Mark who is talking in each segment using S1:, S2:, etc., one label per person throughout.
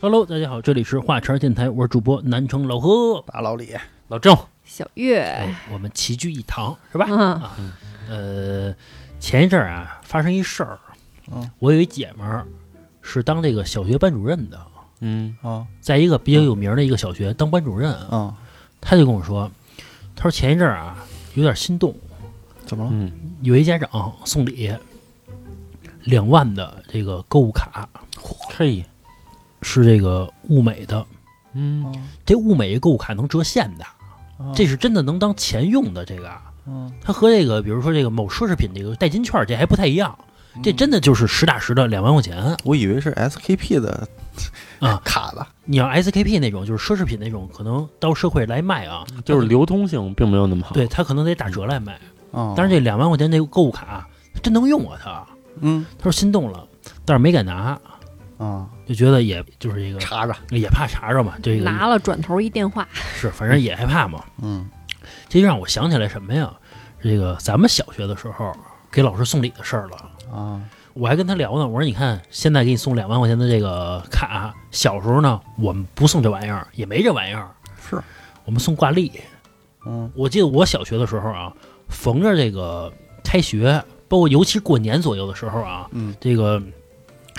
S1: Hello，大家好，这里是华晨电台，我是主播南城老何、
S2: 大老李，
S1: 老郑，
S3: 小月，
S1: 哎，我们齐聚一堂是吧？
S3: 嗯
S1: 啊，呃，前一阵儿啊，发生一事儿，
S2: 嗯，
S1: 我有一姐们儿是当这个小学班主任的，
S4: 嗯，
S2: 啊
S1: 在一个比较有名儿的一个小学当班主任，
S2: 啊，
S1: 她就跟我说，她说前一阵儿啊有点心动，
S2: 怎么了？
S4: 嗯，
S1: 有一家长送礼两万的这个购物卡，
S4: 嘿，
S1: 是这个物美的，
S4: 嗯
S1: 这物美购物卡能折现的，
S2: 啊
S1: 这是真的能当钱用的。这个啊
S2: 嗯，
S1: 它和这个比如说这个某奢侈品这个代金券这还不太一样，这真
S2: 的，
S1: 的就是实打实的两万块钱。
S2: 我以为是 SKP 的
S1: 啊
S2: 卡了，
S1: 你要 SKP 那种就是奢侈品那种，可能到社会来卖啊，
S4: 就是流通性并没有那么好。
S1: 对，它可能得打折来卖。
S2: 啊
S1: 但是这两万块钱那个购物卡真能用啊，他
S2: 嗯
S1: 他说心动了，但是没敢拿，
S2: 啊，
S1: 就觉得也就是这个
S2: 查查，
S1: 也怕查着嘛，这个
S3: 拿了转头一电话，
S1: 是反正也害怕嘛。
S2: 嗯
S1: 这就让我想起来什么呀？这个咱们小学的时候给老师送礼的事儿了。
S2: 啊，
S1: 我还跟他聊呢，我说你看，现在给你送两万块钱的这个卡，小时候呢，我们不送这玩意儿，也没这玩意儿，
S2: 是，
S1: 我们送挂历。
S2: 嗯
S1: 我记得我小学的时候啊，逢着这个开学，包括尤其过年左右的时候啊，
S2: 嗯，
S1: 这个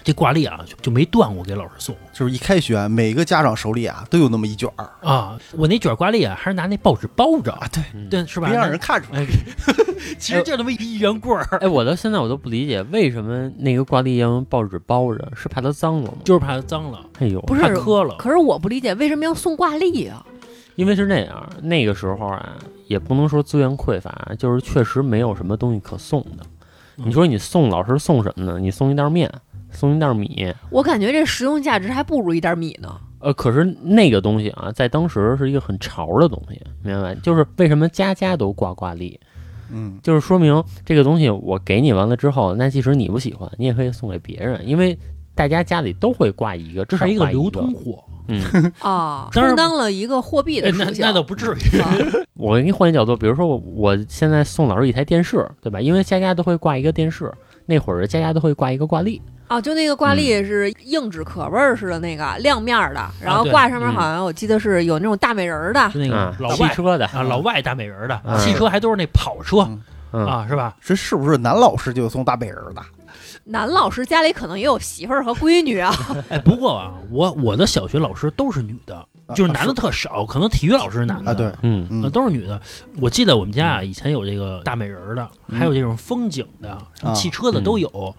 S1: 这挂历啊就就没断过给老师送
S2: 就是一开学，每个家长手里啊都有那么一卷儿
S1: 啊。我那卷挂历啊，还是拿那报纸包着，
S2: 啊，对，
S4: 嗯
S1: 对，是吧？呃
S2: 别让人看出来。
S1: 哎，其实就那么一圆棍儿，
S4: 哎，我到现在我都不理解为什么那个挂历要用报纸包着，是怕它脏了吗？
S1: 就是怕它脏了，
S4: 哎呦，
S3: 不是
S1: 怕磕了。
S3: 可是我不理解为什么要送挂历啊？
S4: 因为是那样，那个时候啊，也不能说资源匮乏，就是确实没有什么东西可送的。
S1: 嗯
S4: 你说你送老师送什么呢？你送一袋面，送一袋米，
S3: 我感觉这实用价值还不如一袋米呢。
S4: 呃，可是那个东西啊，在当时是一个很潮的东西，明白？就是为什么家家都挂挂历，
S2: 嗯
S4: 就是说明这个东西我给你完了之后，那即使你不喜欢，你也可以送给别人，因为大家家里都会挂一个，
S1: 这
S4: 至少
S1: 是一
S4: 挂
S1: 个
S4: 一
S1: 流通。货，
S4: 嗯，
S3: 啊，
S1: 当然
S3: 充当了一个货币
S1: 哎
S3: 的
S1: 那
S3: 属性。
S1: 那倒不至于。
S3: 啊
S4: 我给你换一角度，比如说我我现在送老师一台电视，对吧？因为家家都会挂一个电视，那会儿家家都会挂一个挂历。
S3: 啊，就那个挂
S1: 嗯
S3: 历是硬纸壳味儿似的那个亮面儿的，然后
S1: 啊对
S3: 挂上面
S4: 嗯
S3: 好像我记得是有那种大美人儿的。
S1: 就那个
S4: 啊
S1: 老
S4: 汽
S1: 外
S4: 车的，
S1: 啊，老外大美人儿的
S4: 嗯
S1: 汽车还都是那跑车
S4: 嗯，
S1: 啊，是吧？
S2: 这是不是男老师就送大美人儿的？
S3: 男老师家里可能也有媳妇儿和闺 女啊。
S1: 哎，不过啊，我我的小学老师都是女的，
S2: 啊
S1: 就是男的特少，可能体育老师是男的
S2: 啊，对，，
S4: 嗯，
S1: 啊
S2: 嗯
S1: 都是女的。我记得我们家啊，以前有这个大美人儿的，还有这种风景的、什么
S2: 啊
S1: 汽车的都有。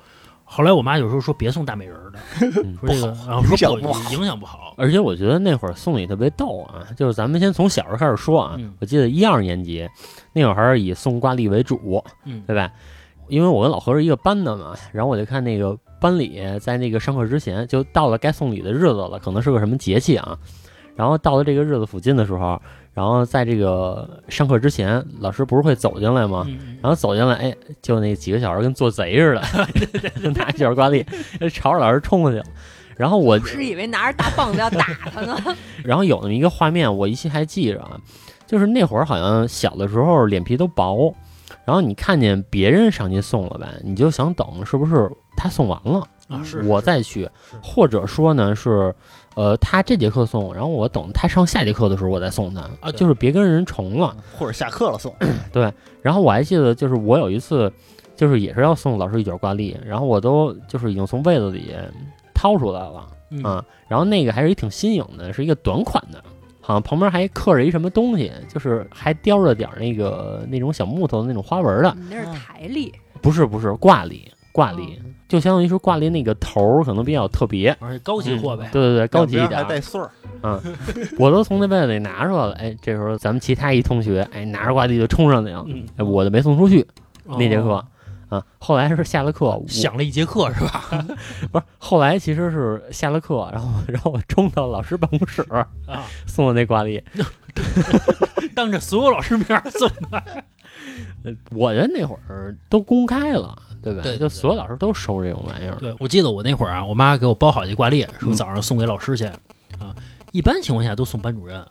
S1: 后来我妈有时候说别送大美人儿的，
S4: 嗯
S1: 说这个然后
S2: 影
S1: 说
S2: 响
S1: 不
S2: 不好
S1: 影响不好。
S4: 而且我觉得那会儿送礼特别逗啊，就是咱们先从小时候开始说啊。
S1: 嗯
S4: 我记得一二年级那会儿还是以送挂历为主，
S1: 嗯
S4: 对吧？因为我跟老何是一个班的嘛，然后我就看那个班里在那个上课之前，就到了该送礼的日子了，可能是个什么节气啊。然后到了这个日子附近的时候，然后在这个上课之前，老师不是会走进来吗？
S1: 嗯
S4: 然后走进来，哎，就那几个小孩跟做贼似的， 就拿小挂历朝着老师冲过去了。然后我
S3: 是以为拿着大棒子要打他呢，
S4: 然后有那么一个画面，我依稀还记着啊，就是那会儿好像小的时候脸皮都薄，然后你看见别人上去送了呗，你就想等是不是他送完了，
S1: 啊，是
S4: 我
S1: 是
S4: 再去
S1: 是，
S4: 或者说呢是，呃，他这节课送，然后我等他上下节课的时候我再送他
S1: 啊对
S4: 就是别跟人重了。
S2: 或者下课了送。
S4: 然后我还记得，就是我有一次，就是也是要送老师一卷挂历，然后我都就是已经从被子里掏出来了。
S1: 嗯
S4: 啊，然后那个还是一挺新颖的，是一个短款的，好像旁边还刻着一什么东西，就是还雕着点儿那个那种小木头的那种花纹的，
S3: 你那是台历。
S4: 不是不是挂历，挂历就相当于是挂历那个头儿可能比较特别。
S1: 而且高级货呗
S4: 嗯，对对对，高级一
S2: 两
S4: 点
S2: 边还带
S4: 儿，
S2: 穗儿，
S4: 我都从那被子里拿出来了。哎，这时候咱们其他一同学，哎，拿着挂历就冲上去了，
S1: 嗯，
S4: 哎，我就没送出去那节课
S1: 哦
S4: 啊。后来是下了课，我
S1: 想了一节课是吧？
S4: 不是，后来其实是下了课，然后 然后我冲到老师办公室
S1: 啊，
S4: 送的那挂历，
S1: 当着所有老师面儿送的，
S4: 呃，我觉得那会儿都公开了，对吧？
S1: 对对
S4: 就所有老师都收这种玩意儿。
S1: 对，我记得我那会儿啊，我妈给我包好这挂历，说早上送给老师去、啊。一般情况下都送班主任，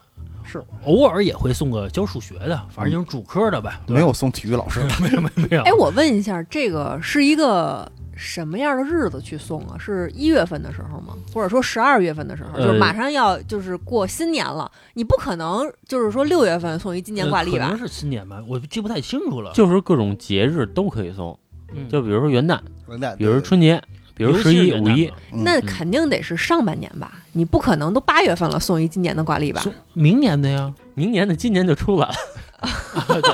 S2: 是
S1: 偶尔也会送个教数学的，反正就是主科的吧。对
S2: 没
S1: 吧，
S2: 有送体育老师的。
S3: 哎
S1: 没有，没有，没有。
S3: 哎，我问一下，这个是一个什么样的日子去送啊？是一月份的时候吗？或者说十二月份的时候？就是马上要就是过新年了，你不可能就是说六月份送一今年挂历
S1: 呃可
S3: 吧
S1: 能？是新年吧，我记不太清楚了。
S4: 就是各种节日都可以送，
S1: 嗯
S4: 就比如说元旦，
S2: 那
S4: 比如春节，比如十一、
S1: 尤其是元旦
S4: 五一
S1: 嘛，
S2: 嗯
S3: 那肯定得是上半年吧？你不可能都八月份了送一今年的挂历吧？
S1: 送明年的呀。
S4: 明年的今年就出来 了。
S1: 对，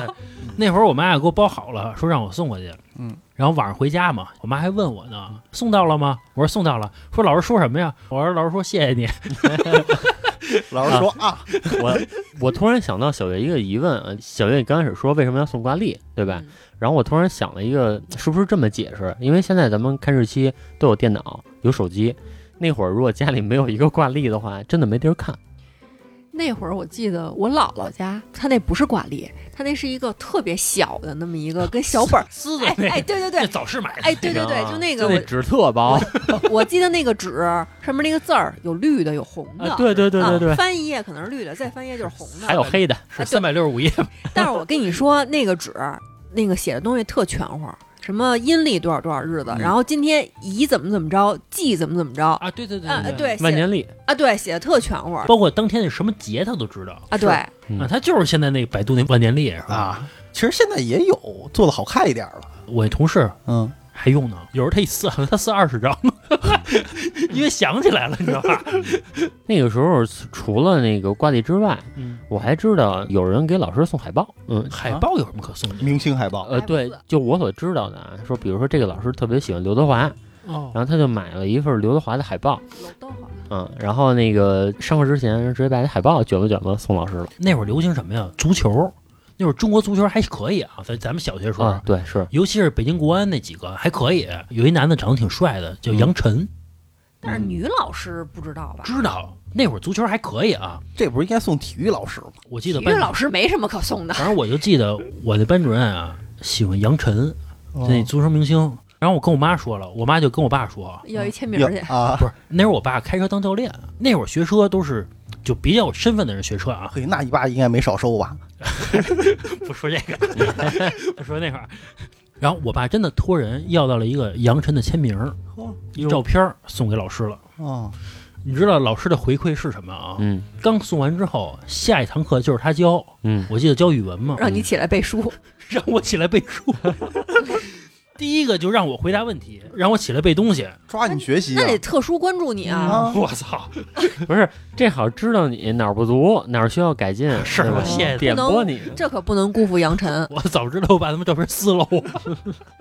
S1: 那会儿我妈给我包好了，说让我送过去。
S2: 嗯，
S1: 然后晚上回家嘛，我妈还问我呢，送到了吗？我说送到了。说老师说什么呀？我说老师说谢谢 你。，
S2: 老师说啊，
S4: 我我突然想到小月一个疑问，呃小月你刚开始说为什么要送挂历，对吧？
S3: 嗯
S4: 然后我突然想了一个，是不是这么解释？因为现在咱们看日期都有电脑、有手机，那会儿如果家里没有一个挂历的话，真的没地儿看。
S3: 那会儿我记得我姥姥家，她那不是挂历，她那是一个特别小的那么一个跟小本儿
S1: 撕的
S3: 哎
S1: 那
S3: 哎，对对
S1: 那
S3: 对，
S1: 早市买的。
S3: 哎对对
S4: 你知道
S3: 对，
S4: 吗
S3: 就那个
S4: 就那纸特薄
S3: 我我记得那个纸上面那个字儿有绿的有红的，
S4: 啊！对对对对对，
S3: 啊，翻一页可能是绿的，再翻一页就是红的，
S4: 还有黑的，
S1: 是三百六十五页，
S3: 但是我跟你说，那个纸那个写的东西特全乎，什么阴历多少多少日子，
S2: 嗯
S3: 然后今天乙怎么怎么着，季怎么怎么着，
S1: 啊，对对对
S3: 啊
S1: 对，
S3: 对，写
S4: 万年历。
S3: 啊对，写的特全乎
S1: 包括当天是什么节他都知道
S3: 啊，对，
S4: 嗯
S1: 啊，他就是现在那百度那万年历是吧？
S2: 啊，其实现在也有做的好看一点了，
S1: 我那同事
S2: 嗯，
S1: 还用呢，有时候他一撕，他撕二十张，因为想起来了，你知道吧？
S4: 那个时候除了那个挂历之外，
S1: 嗯，
S4: 我还知道有人给老师送海报。嗯，
S1: 海报有什么可送的？
S2: 明星海报，
S4: 呃，
S3: 还不
S4: 对
S3: 错，
S4: 就我所知道的啊，说比如说这个老师特别喜欢刘德华，
S1: 哦
S4: 然后他就买了一份刘德华的海报，
S3: 楼道好像
S4: 嗯，然后那个上课之前直接把这海报卷吧卷吧送老师了。
S1: 那会儿流行什么呀？足球，那会儿中国足球还可以啊，在咱们小学时候，
S4: 啊，对，是
S1: 尤其是北京国安那几个还可以。有一男的长得挺帅的，叫杨晨，
S3: 但是女老师不知道吧？
S1: 嗯知道那会儿足球还可以啊。
S2: 这不是应该送体育老师吗？
S1: 我记
S3: 体
S1: 得
S3: 育
S1: 班，
S3: 老师没什么可送的，
S1: 反正我就记得我的班主任啊喜欢杨晨，就那足球明星。然后我跟我妈说了，我妈就跟我爸说，
S3: 要一签名
S2: 有
S3: 去。
S2: 啊，
S1: 不是那会儿我爸开车当教练，那会儿学车都是就比较有身份的人学车啊。
S2: 嘿，那你爸应该没少收吧？
S1: 不说这个， 不说那会儿。然后我爸真的托人要到了一个杨晨的签名儿
S2: 哦，
S1: 照片儿送给老师了。
S2: 哦，
S1: 你知道老师的回馈是什么啊？
S4: 嗯
S1: 刚送完之后，下一堂课就是他教，
S4: 嗯，
S1: 我记得教语文嘛，
S3: 让你起来背书，
S1: 让我起来背书。 第一个就让我回答问题，让我起来背东西。
S2: 抓你学习
S3: 那
S2: 啊
S3: 得特殊关注你啊！
S4: 嗯
S2: 啊！
S1: 我操，
S4: 不是，这好知道你哪儿不足，哪儿需要改进，
S1: 是
S4: 对吧
S1: 我谢谢
S4: 点拨你。
S3: 这可不能辜负杨晨
S1: 我早知道我把他们照片撕 了我。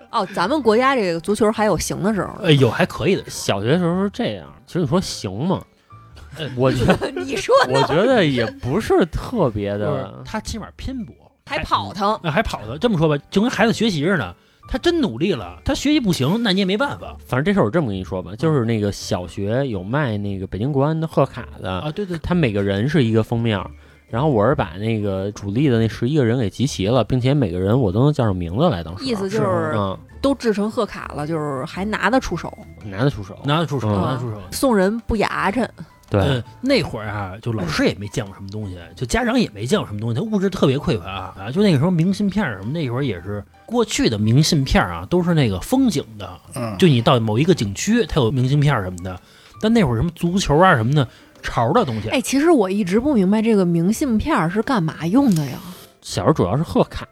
S3: 哦。咱们国家这个足球还有行的时 候呢，
S1: 哎呦，还可以的，
S4: 小学时候是这样，其实你说行吗
S1: 呃？
S4: 我觉得
S3: 你说
S4: 我觉得也不是特别
S1: 不是
S4: 的，
S1: 他起码拼搏，
S3: 还跑腾，
S1: 那还跑的，这么说吧，就跟孩子学习似的，他真努力了，他学习不行，那你也没办法
S4: 反正这事儿我这么跟你说吧，
S3: 嗯
S4: 就是那个小学有卖那个北京国安的贺卡的，
S1: 啊。对对，
S4: 他每个人是一个封面儿，然后我是把那个主力的那十一个人给集齐了，并且每个人我都能叫上名字来。当时
S3: 意思就是是
S4: 嗯，
S3: 都制成贺卡了，就是还拿得出手，
S4: 拿得出手。
S1: 拿得出手，
S4: 嗯
S1: 拿得出手。
S3: 送人不牙碜。
S4: 对，
S1: 呃，那会儿啊，就老师也没见过什么东西，就家长也没见过什么东西，他物质特别匮乏啊。啊就那个时候明信片儿什么，那会儿也是过去的明信片儿啊，都是那个风景的，
S2: 嗯
S1: 就你到某一个景区，它有明信片儿什么的。但那会儿什么足球啊什么的，潮的东西，
S3: 哎，其实我一直不明白这个明信片儿是干嘛用的呀？
S4: 小时候主要是贺卡，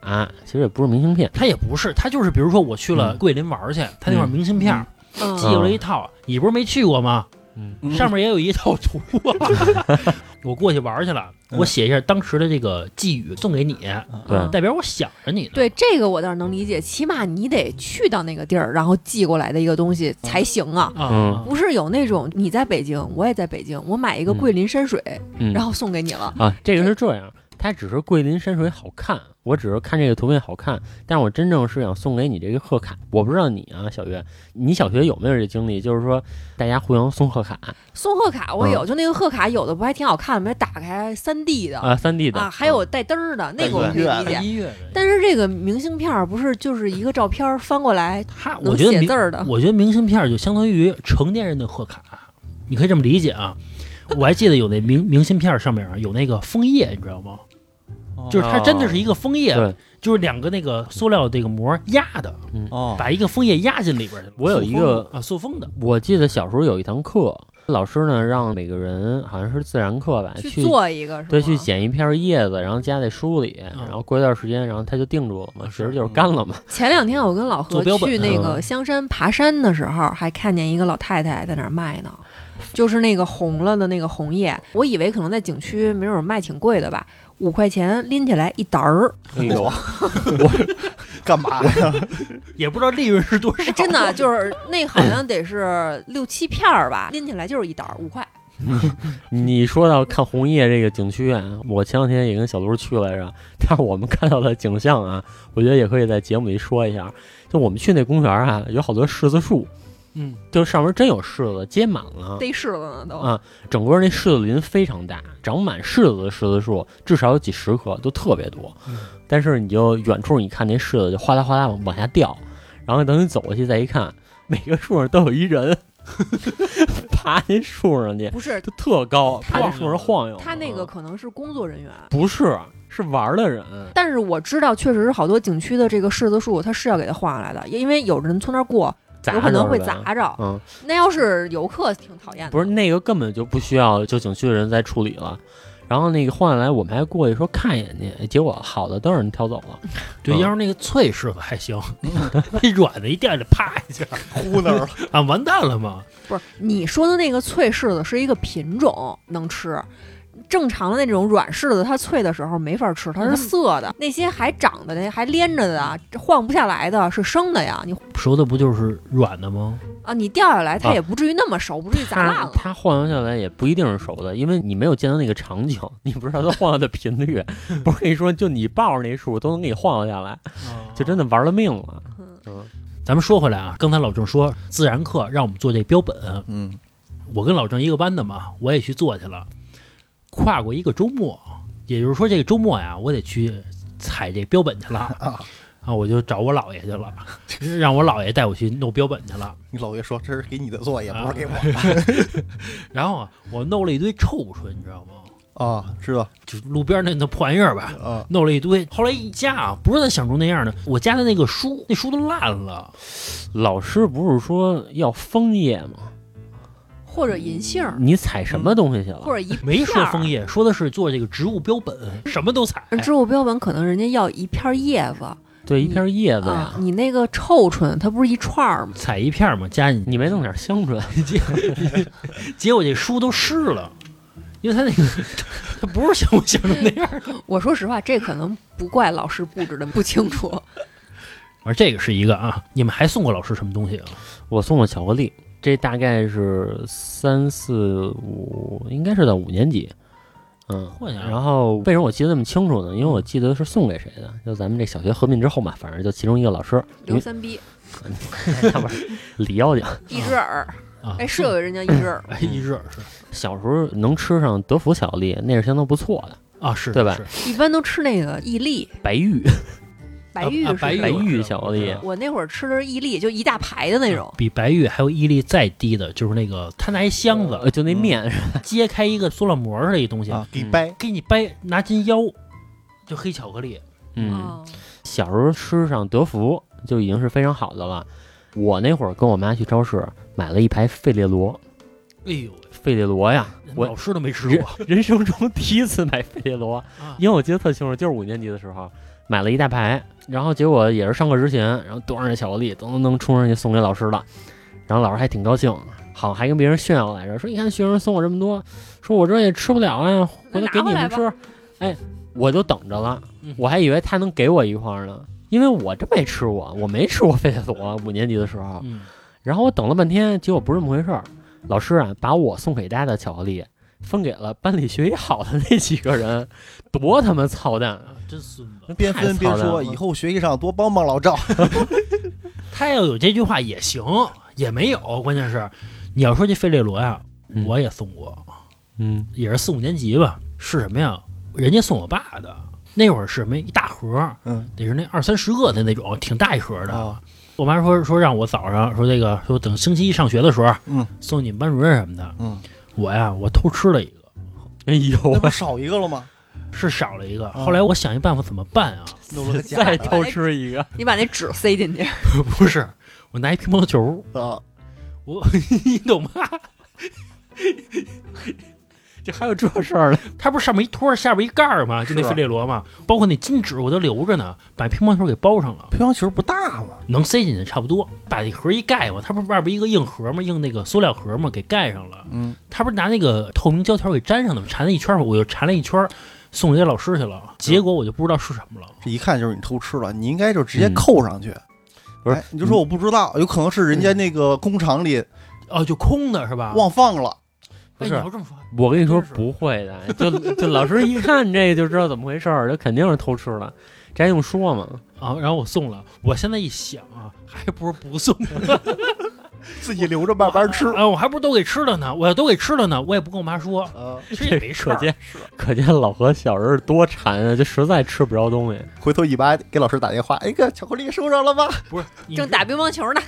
S4: 其实也不是明信片。
S1: 它也不是，它就是比如说我去了
S4: 嗯
S1: 桂林玩儿去，它那块儿
S4: 嗯
S1: 明信片儿
S3: 嗯
S1: 寄了一套，你不是没去过吗？
S4: 嗯，
S1: 上面也有一套图、啊 我过去玩去了，
S2: 嗯
S1: 我写一下当时的这个寄语送给你，
S4: 对
S1: 代表我想着你呢。，
S3: 对这个我倒是能理解，起码你得去到那个地儿，然后寄过来的一个东西才行啊。
S1: 啊
S4: 嗯，
S3: 不是有那种你在北京，我也在北京，我买一个
S4: 嗯
S3: 桂林山水，
S4: 嗯
S3: 然后送给你了。
S4: 啊，这个是这样，它只是桂林山水好看，我只是看这个图片好看，但我真正是想送给你这个贺卡。我不知道你啊，小月，你小学有没有这经历？就是说大家互相送贺卡
S3: 送贺卡我有，就那个贺卡有的不还挺好看的吗？打开三 D 的
S4: 啊，三 D 的
S3: 啊，还有带灯儿的那个我可以理解。
S1: 音乐的，
S3: 但是这个明信片儿不是就是一个照片儿翻过来
S1: 他我
S3: 能
S1: 觉得
S3: 写
S1: 明
S3: 字，儿的，
S1: 我觉得明信片就相当于成年人的贺卡，你可以这么理解啊。我还记得有那明明信片上面啊有那个枫叶，你知道吗？就是它真的是一个枫叶，
S4: 哦对，
S1: 就是两个那个塑料这个膜压的，
S2: 哦，
S1: 把一个枫叶压进里边儿去了。
S4: 我有一个
S1: 塑封啊，塑封的，
S4: 我记得小时候有一堂课，老师呢让每个人好像是自然课吧，啊去
S3: 去做一个是吗？
S4: 对，去捡一片叶子，然后夹在书里，
S1: 嗯啊
S4: 然后过一段时间，然后它就定住了嘛，其
S1: 是
S4: 实就是干了嘛。
S3: 前两天我跟老
S1: 做
S3: 何
S1: 标本
S3: 去那
S4: 嗯
S3: 个香山爬山的时候，还看见一个老太太在那儿卖呢，就是那个红了的那个红叶，我以为可能在景区没准卖挺贵的吧，五块钱拎起来一沓儿，
S4: 哎呦，
S2: 干嘛呀？
S1: 也不知道利润是多
S3: 哎
S1: 少。
S3: 真的 就是那好像得是 六七片儿吧，拎起来就是一沓
S4: 嗯
S3: 儿，五块。
S4: 你说到看红叶这个景区啊，我前两天也跟小卢去来着， 但是我们看到的景象啊，我觉得也可以在节目里说一下。就我们去那公园啊，有好多柿子树，
S1: 嗯，
S4: 就上面真有柿子，结满了。
S3: 逮柿子呢都。
S4: 啊整个那柿子林非常大，长满柿子的柿子树至少有几十棵，都特别多
S1: 嗯。
S4: 但是你就远处你看那柿子就哗啦哗啦往往下掉，然后等你走过去再一看，每个树上都有一人 爬那树上去，
S3: 不是
S4: 就特高，爬那
S1: 晃
S4: 树
S1: 悠
S4: 上晃悠。
S3: 他那个
S4: 嗯
S3: 可能是工作人员，
S4: 不是是玩儿的人，
S3: 但是我知道确实是好多景区的这个柿子树，它是要给它晃下来的，因为有人从那儿过，
S4: 砸
S3: 有可
S4: 着
S3: 能会
S4: 呗。
S3: 砸着。
S4: 嗯，
S3: 那要是游客挺讨厌的，
S4: 不是那个根本就不需要就景区的人在处理了。然后那个晃下来，我们还过去说看一眼去，哎结果好的都让人挑走了。
S1: 对，
S4: 嗯
S1: 要是那个脆柿子还行， 那软的一掉就啪一下
S2: 糊那儿 了，
S1: 啊，完蛋了嘛。
S3: 不是你说的那个脆柿子是一个品种，能吃。正常的那种软柿子，它脆的时候没法吃，它
S4: 嗯
S3: 是涩的。那些还长的、那还连着的、晃不下来的，是生的呀。你
S1: 熟的不就是软的吗？
S3: 啊，你掉下来，它
S4: 啊
S3: 也不至于那么熟，不至于砸烂
S4: 它
S3: 了。
S4: 它晃悠下来也不一定是熟的，因为你没有见到那个场景，你不知道它晃悠的频率。不是跟你说，就你抱着那树都能给你晃悠下来，就真的玩了命了。
S3: 嗯
S4: 嗯，
S1: 咱们说回来啊，刚才老郑说自然课让我们做这标本，
S2: 嗯，
S1: 我跟老郑一个班的嘛，我也去做去了。跨过一个周末，也就是说这个周末呀，我得去采这标本去了
S2: 啊
S1: 啊，我就找我姥爷去了，让我姥爷带我去弄标本去了。
S2: 你姥爷说这是给你的作业，不
S1: 啊
S2: 是给我
S1: 然后啊，我弄了一堆臭椿，你知道吗？
S2: 啊，知道
S1: 就是路边那那破玩意儿吧，
S2: 啊，
S1: 弄了一堆。后来一加啊，不是咱想中那样的，我家的那个书，那书都烂了。
S4: 老师不是说要枫叶吗？
S3: 或者银杏儿，
S4: 你采什么东西去了？
S3: 或者一
S1: 没
S3: 片
S1: 说
S3: 儿
S1: 枫叶，说的是做这个植物标本，什么都 哎采。
S3: 植物标本可能人家要一片儿叶子
S4: 对，一片叶子呀
S3: 啊，。你那个臭椿它不是一串儿吗？
S1: 采一片儿嘛，加进去，
S4: 你没弄点香椿？
S1: 结果这书都湿了，因为它那个 它不是像我想的那样。
S3: 我说实话，这可能不怪老师布置的不清楚。
S1: 而这个是一个啊，你们还送过老师什么东西啊？
S4: 我送了巧克力，这大概是三四五，应该是在五年级。嗯
S1: 嚯家，伙
S4: 然后为什么我记得那么清楚呢？因为我记得是送给谁的，就咱们这小学合并之后嘛，反正就其中一个老师，
S3: 刘三逼、
S4: 他不是李妖精，
S3: 一只耳，
S1: 啊，
S3: 哎，是有人家一只耳。
S1: 哎，一热是
S4: 小时候能吃上德芙巧克力，那是相当不错的。
S1: 啊，是
S4: 对吧
S1: 是
S3: 一般都吃那个薏粒、
S4: 白玉，
S3: 白玉
S1: 啊啊
S3: 是吧
S1: 白玉
S4: 白
S1: 我知道
S4: 巧克力
S1: 我知道
S3: 我那会儿吃的是薏粒，就一大排的那种。
S1: 比白玉还有伊利再低的，就是那个他拿一箱子
S4: 呃，就那面是
S1: 揭开一个塑料膜儿的一东西，
S2: 啊，
S4: 嗯
S2: 给掰，
S1: 给你掰拿金腰，就黑巧克力。
S4: 嗯，
S3: 哦，
S4: 小时候吃上德芙就已经是非常好的了。我那会儿跟我妈去超市买了一排费列罗，
S1: 哎呦喂，
S4: 费列罗呀，我
S1: 老师都没吃
S4: 人
S1: 过
S4: 人生中第一次买费列罗，
S1: 啊
S4: 因为我记得特清楚，就是五年级的时候买了一大排，然后结果也是上课之前，然后端着巧克力噔噔噔冲上去送给老师了，然后老师还挺高兴，好像还跟别人炫耀来着，说你看学生送我这么多，说我这也吃不了啊，
S3: 嗯
S4: 回头给你们吃，哎，我就等着了
S1: 嗯，
S4: 我还以为他能给我一块儿呢，因为我真没吃过，我没吃过费列罗，五年级的时候，
S1: 嗯，
S4: 然后我等了半天，结果不是那么回事儿。老师啊，把我送给大家的巧克力分给了班里学习好的那几个人，多他妈操蛋啊！
S1: 啊真孙子！
S2: 边分边
S4: 太操蛋
S2: 说，
S4: 了
S2: 以后学习上多帮帮老赵。
S1: 他要有这句话也行，也没有。关键是，你要说这费列罗呀，
S4: 嗯
S1: 我也送过，
S4: 嗯，
S1: 也是四五年级吧。是什么呀？人家送我爸的。那会儿是什么一大盒，
S2: 嗯，
S1: 得是那二三十个的那种，挺大一盒的。
S2: 啊，
S1: 我妈说说让我早上说这个说等星期一上学的时候，
S2: 嗯，
S1: 送你们班主任什么的。
S2: 嗯，
S1: 我呀，我偷吃了一个，
S4: 哎呦
S2: 那，不少一个了吗？
S1: 是少了一个。
S2: 啊
S1: 后来我想一办法怎么办啊？
S2: 弄了个夹
S4: 再偷吃一个，
S3: 你把那纸塞进去，
S1: 不是，我拿一乒乓球，
S2: 啊，
S1: 我 你懂吗？
S4: 这还有这事儿呢？
S1: 它不是上面一托，下边一盖儿吗？就那
S2: 是
S1: 费列罗吗？包括那金纸我都留着呢，把乒乓球给包上了，
S2: 乒乓球不大嘛，
S1: 能塞进去差不多。把那盒一盖嘛，它不是外边一个硬盒吗？硬那个塑料盒吗？给盖上了。
S2: 嗯，
S1: 他不是拿那个透明胶条给粘上的吗？缠了一圈儿，我又缠了一圈儿，送给老师去了。结果我就不知道是什么了。
S2: 这一看就是你偷吃了，你应该就直接
S4: 嗯
S2: 扣上去。
S4: 不是嗯
S2: 哎你就说我不知道，有可能是人家那个工厂里
S1: 哦，就空的是
S4: 啊
S1: 吧？
S2: 忘放了。
S1: 哎，
S4: 不
S1: 你
S4: 是
S1: 要这么说，
S4: 我跟你说
S1: 真是
S4: 不 会的，就就老师一看这就知道怎么回事儿，这肯定是偷吃了，这还用说吗？
S1: 啊，然后我送了。我现在一想啊，还不如不 送
S2: 自己留着慢慢吃。
S1: 啊，我还不如都给吃了呢。我要都给吃了呢，我也不跟我妈说，
S2: 啊，
S1: 其实也没事
S4: 可
S1: 儿。
S4: 见 可见老何小时候多馋啊，就实在吃不着东西。
S2: 回头尾巴给老师打电话，哎哥，巧克力收上 了吧？
S1: 不是，你
S3: 正打乒乓球呢。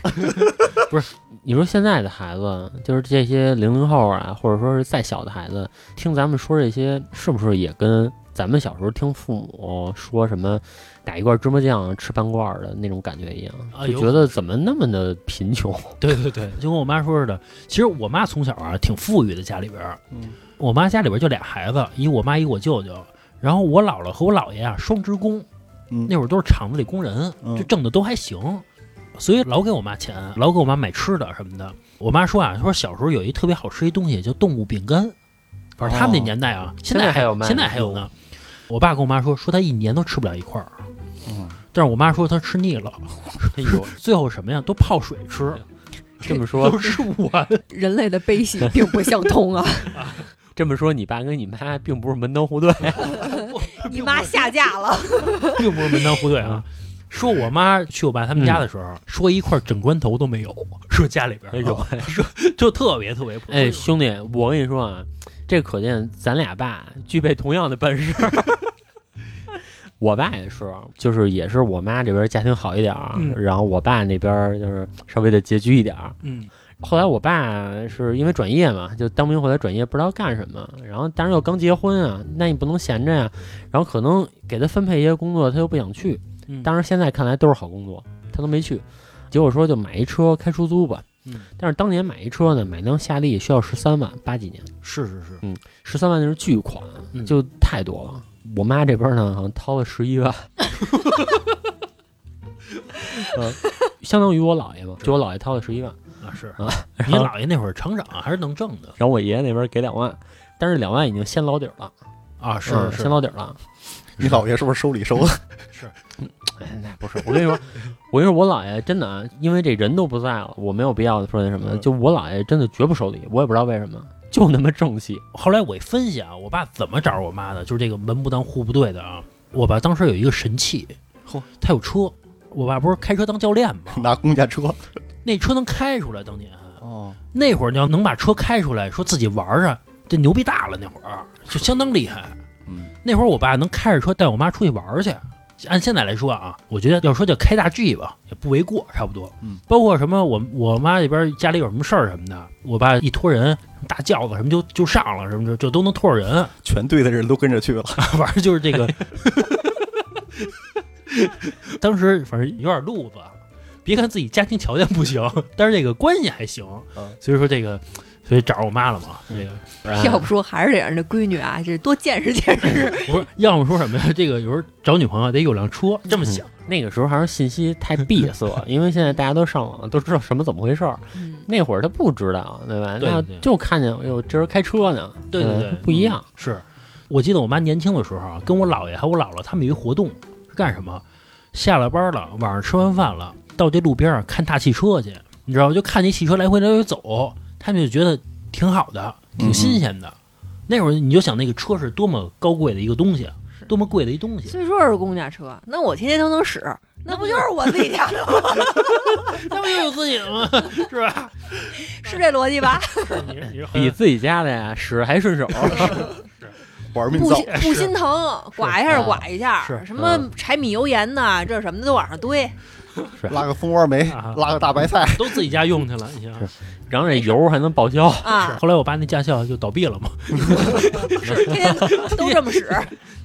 S4: 你说现在的孩子，就是这些零零后啊，或者说是再小的孩子，听咱们说这些，是不是也跟咱们小时候听父母说什么打一罐芝麻酱吃半罐儿的那种感觉一样？
S1: 啊
S4: 就
S1: 有
S4: 觉得怎么那么的贫穷？
S1: 对对对，就跟我妈说似的。其实我妈从小啊挺富裕的，家里边儿，
S2: 嗯
S1: 我妈家里边儿就俩孩子，一我妈一我舅舅。然后我姥姥和我姥爷啊双职工，
S2: 嗯
S1: 那会儿都是厂子里工人，
S2: 嗯
S1: 就挣的都还行，所以老给我妈钱，老给我妈买吃的什么的。我妈说啊，说小时候有一特别好吃一东西叫动物饼干，反正他们那
S2: 哦
S1: 年代啊，现
S4: 现在
S1: 在
S4: 还有卖
S1: 现
S4: 吗
S1: 在还有呢。我爸跟我妈说，说他一年都吃不了一块儿，
S2: 嗯，
S1: 但是我妈说她吃腻了，
S4: 哎 呦，
S1: 最后什么呀都泡水吃，
S4: 这么说
S1: 都是我
S3: 人类的悲喜并不相通啊！
S4: 这么说，你爸跟你妈并不是门当户对，
S3: 你妈下架了，
S1: 并不是门当户对啊。说我妈去我爸他们家的时候，说一块整棺头都没有， 说家里边儿
S4: 嗯
S1: 啊
S4: 哎呦，
S1: 就特别特别破。
S4: 哎，兄弟，我跟你说啊，这可见咱俩爸具备同样的本事。 我爸也是，就是也是我妈这边家庭好一点儿，
S1: 嗯
S4: 然后我爸那边就是稍微的拮据一点儿。
S1: 嗯，
S4: 后来我爸是因为转业嘛，就当兵回来转业，不知道干什么，然后但是又刚结婚啊，那你不能闲着呀、然后可能给他分配一些工作，他又不想去，
S1: 嗯
S4: 当然现在看来都是好工作，他都没去。结果说就买一车开出租吧，
S1: 嗯
S4: 但是当年买一车呢，买辆夏利需要十三万，八几年
S1: 是是是，
S4: 十三万那是巨款，
S1: 嗯
S4: 就太多了。我妈这边呢，好像掏了十一万， 嗯，相当于我姥爷嘛，就我姥爷掏了十一万，
S1: 啊是
S4: 啊，
S1: 你姥爷那会儿成长啊还是能挣的
S4: 然后我爷爷那边给两万，但是两万已经先捞底儿了，
S1: 啊，是
S4: 嗯
S1: 是
S4: 先捞底儿了。
S2: 你姥爷是不是收礼 收的？
S4: 哎， 那不是，我跟你说，我跟你说，我姥爷真的啊，因为这人都不在了，我没有必要说那什么，
S2: 嗯
S4: 就我姥爷真的绝不收礼，我也不知道为什么，就那么正气。
S1: 后来我一分析啊，我爸怎么找我妈的，就是这个门不当户不对的啊。我爸当时有一个神器
S2: 嚯，
S1: 他有车。我爸不是开车当教练吗？
S2: 拿公家车？
S1: 那车能开出来，当年
S2: 哦，
S1: 那会儿你要能把车开出来，说自己玩儿啊，这牛逼大了。那会儿就相当厉害。
S2: 嗯，
S1: 那会儿我爸能开着车带我妈出去玩儿去。按现在来说啊，我觉得要说叫开大 G 吧，也不为过，差不多。
S2: 嗯，
S1: 包括什么我我妈这边家里有什么事儿什么的，我爸一托人，大轿子什么就就上了，什么就就都能托着人。
S2: 全队的人都跟着去 了。
S1: 反正就是这个，当时反正有点路子，啊别看自己家庭条件不行，但是这个关系还行
S2: 嗯，
S1: 所以说这个，所以找我妈了嘛，这个
S4: 啊
S3: 要不说还是得让这闺女啊，这多见识见识。
S1: 不是要么说什么呀？这个有时候找女朋友得有辆车，这么想，
S4: 那个时候还是信息太闭塞，因为现在大家都上网，都知道什么怎么回事儿。
S3: 嗯，
S4: 那会儿他不知道，对吧？
S1: 对
S4: 那
S1: 对
S4: 就看见，哎呦，这人开车呢，
S1: 对对
S4: 嗯
S1: 对
S4: 不一样。
S1: 是我记得我妈年轻的时候啊，跟我姥爷还有我姥姥他们有一活动是干什么？下了班了，晚上吃完饭了，到这路边上看大汽车去，你知道吗？就看那汽车来回来回走，他们就觉得挺好的，挺新鲜的。那会儿你就想那个车是多么高贵的一个东西，啊多么贵的一东西。
S3: 所以说是公家车，那我天天都能使，那不就是我自己家的吗？
S1: 他们就有自己的 吗？是吧？
S3: 是这逻辑吧？
S1: 是你是你是
S4: 比自己家的呀使还 顺手，
S2: 玩命
S3: 不
S2: 造
S3: 心，不心疼，刮一下
S4: 是
S3: 刮一下
S1: 是，
S3: 什么
S4: 嗯
S3: 柴米油盐呐，这什么的都往上堆。
S4: 是
S2: 拉个蜂窝煤，
S1: 啊
S2: 拉个大白菜，
S1: 都自己家用去了，你想。
S4: 然后这油还能报销，
S3: 啊，
S1: 后来我爸那驾校就倒闭了嘛，
S3: 是天天都这么使，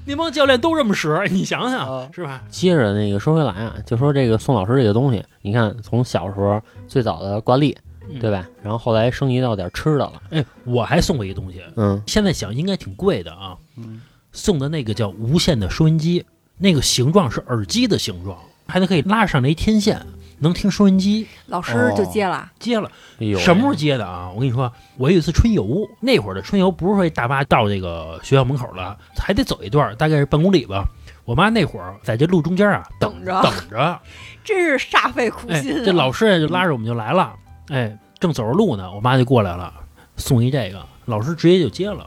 S1: 那帮教练都这么使，你想想、
S2: 啊
S1: 是吧？
S4: 接着那个说回来啊，就说这个宋老师这个东西，你看从小时候最早的挂历，
S1: 嗯
S4: 对吧？然后后来升级到点吃的了，
S1: 哎，我还送过一东西，
S4: 嗯，
S1: 现在想应该挺贵的啊，
S2: 嗯
S1: 送的那个叫无线的收音机，那个形状是耳机的形状，还得可以拉上那一天线，能听收音机。
S3: 老师就接了，
S1: 接了
S4: 哎呦喂，
S1: 什么时候接的啊？我跟你说，我有一次春游，那会儿的春游不是说大巴到这个学校门口了，还得走一段，大概是半公里吧。我妈那会儿在这路中间啊
S3: 等着
S1: 等着，
S3: 真是煞费苦
S1: 哎
S3: 心啊。，
S1: 这老师也就拉着我们就来了，哎，正走着路呢，我妈就过来了，送一这个，老师直接就接了。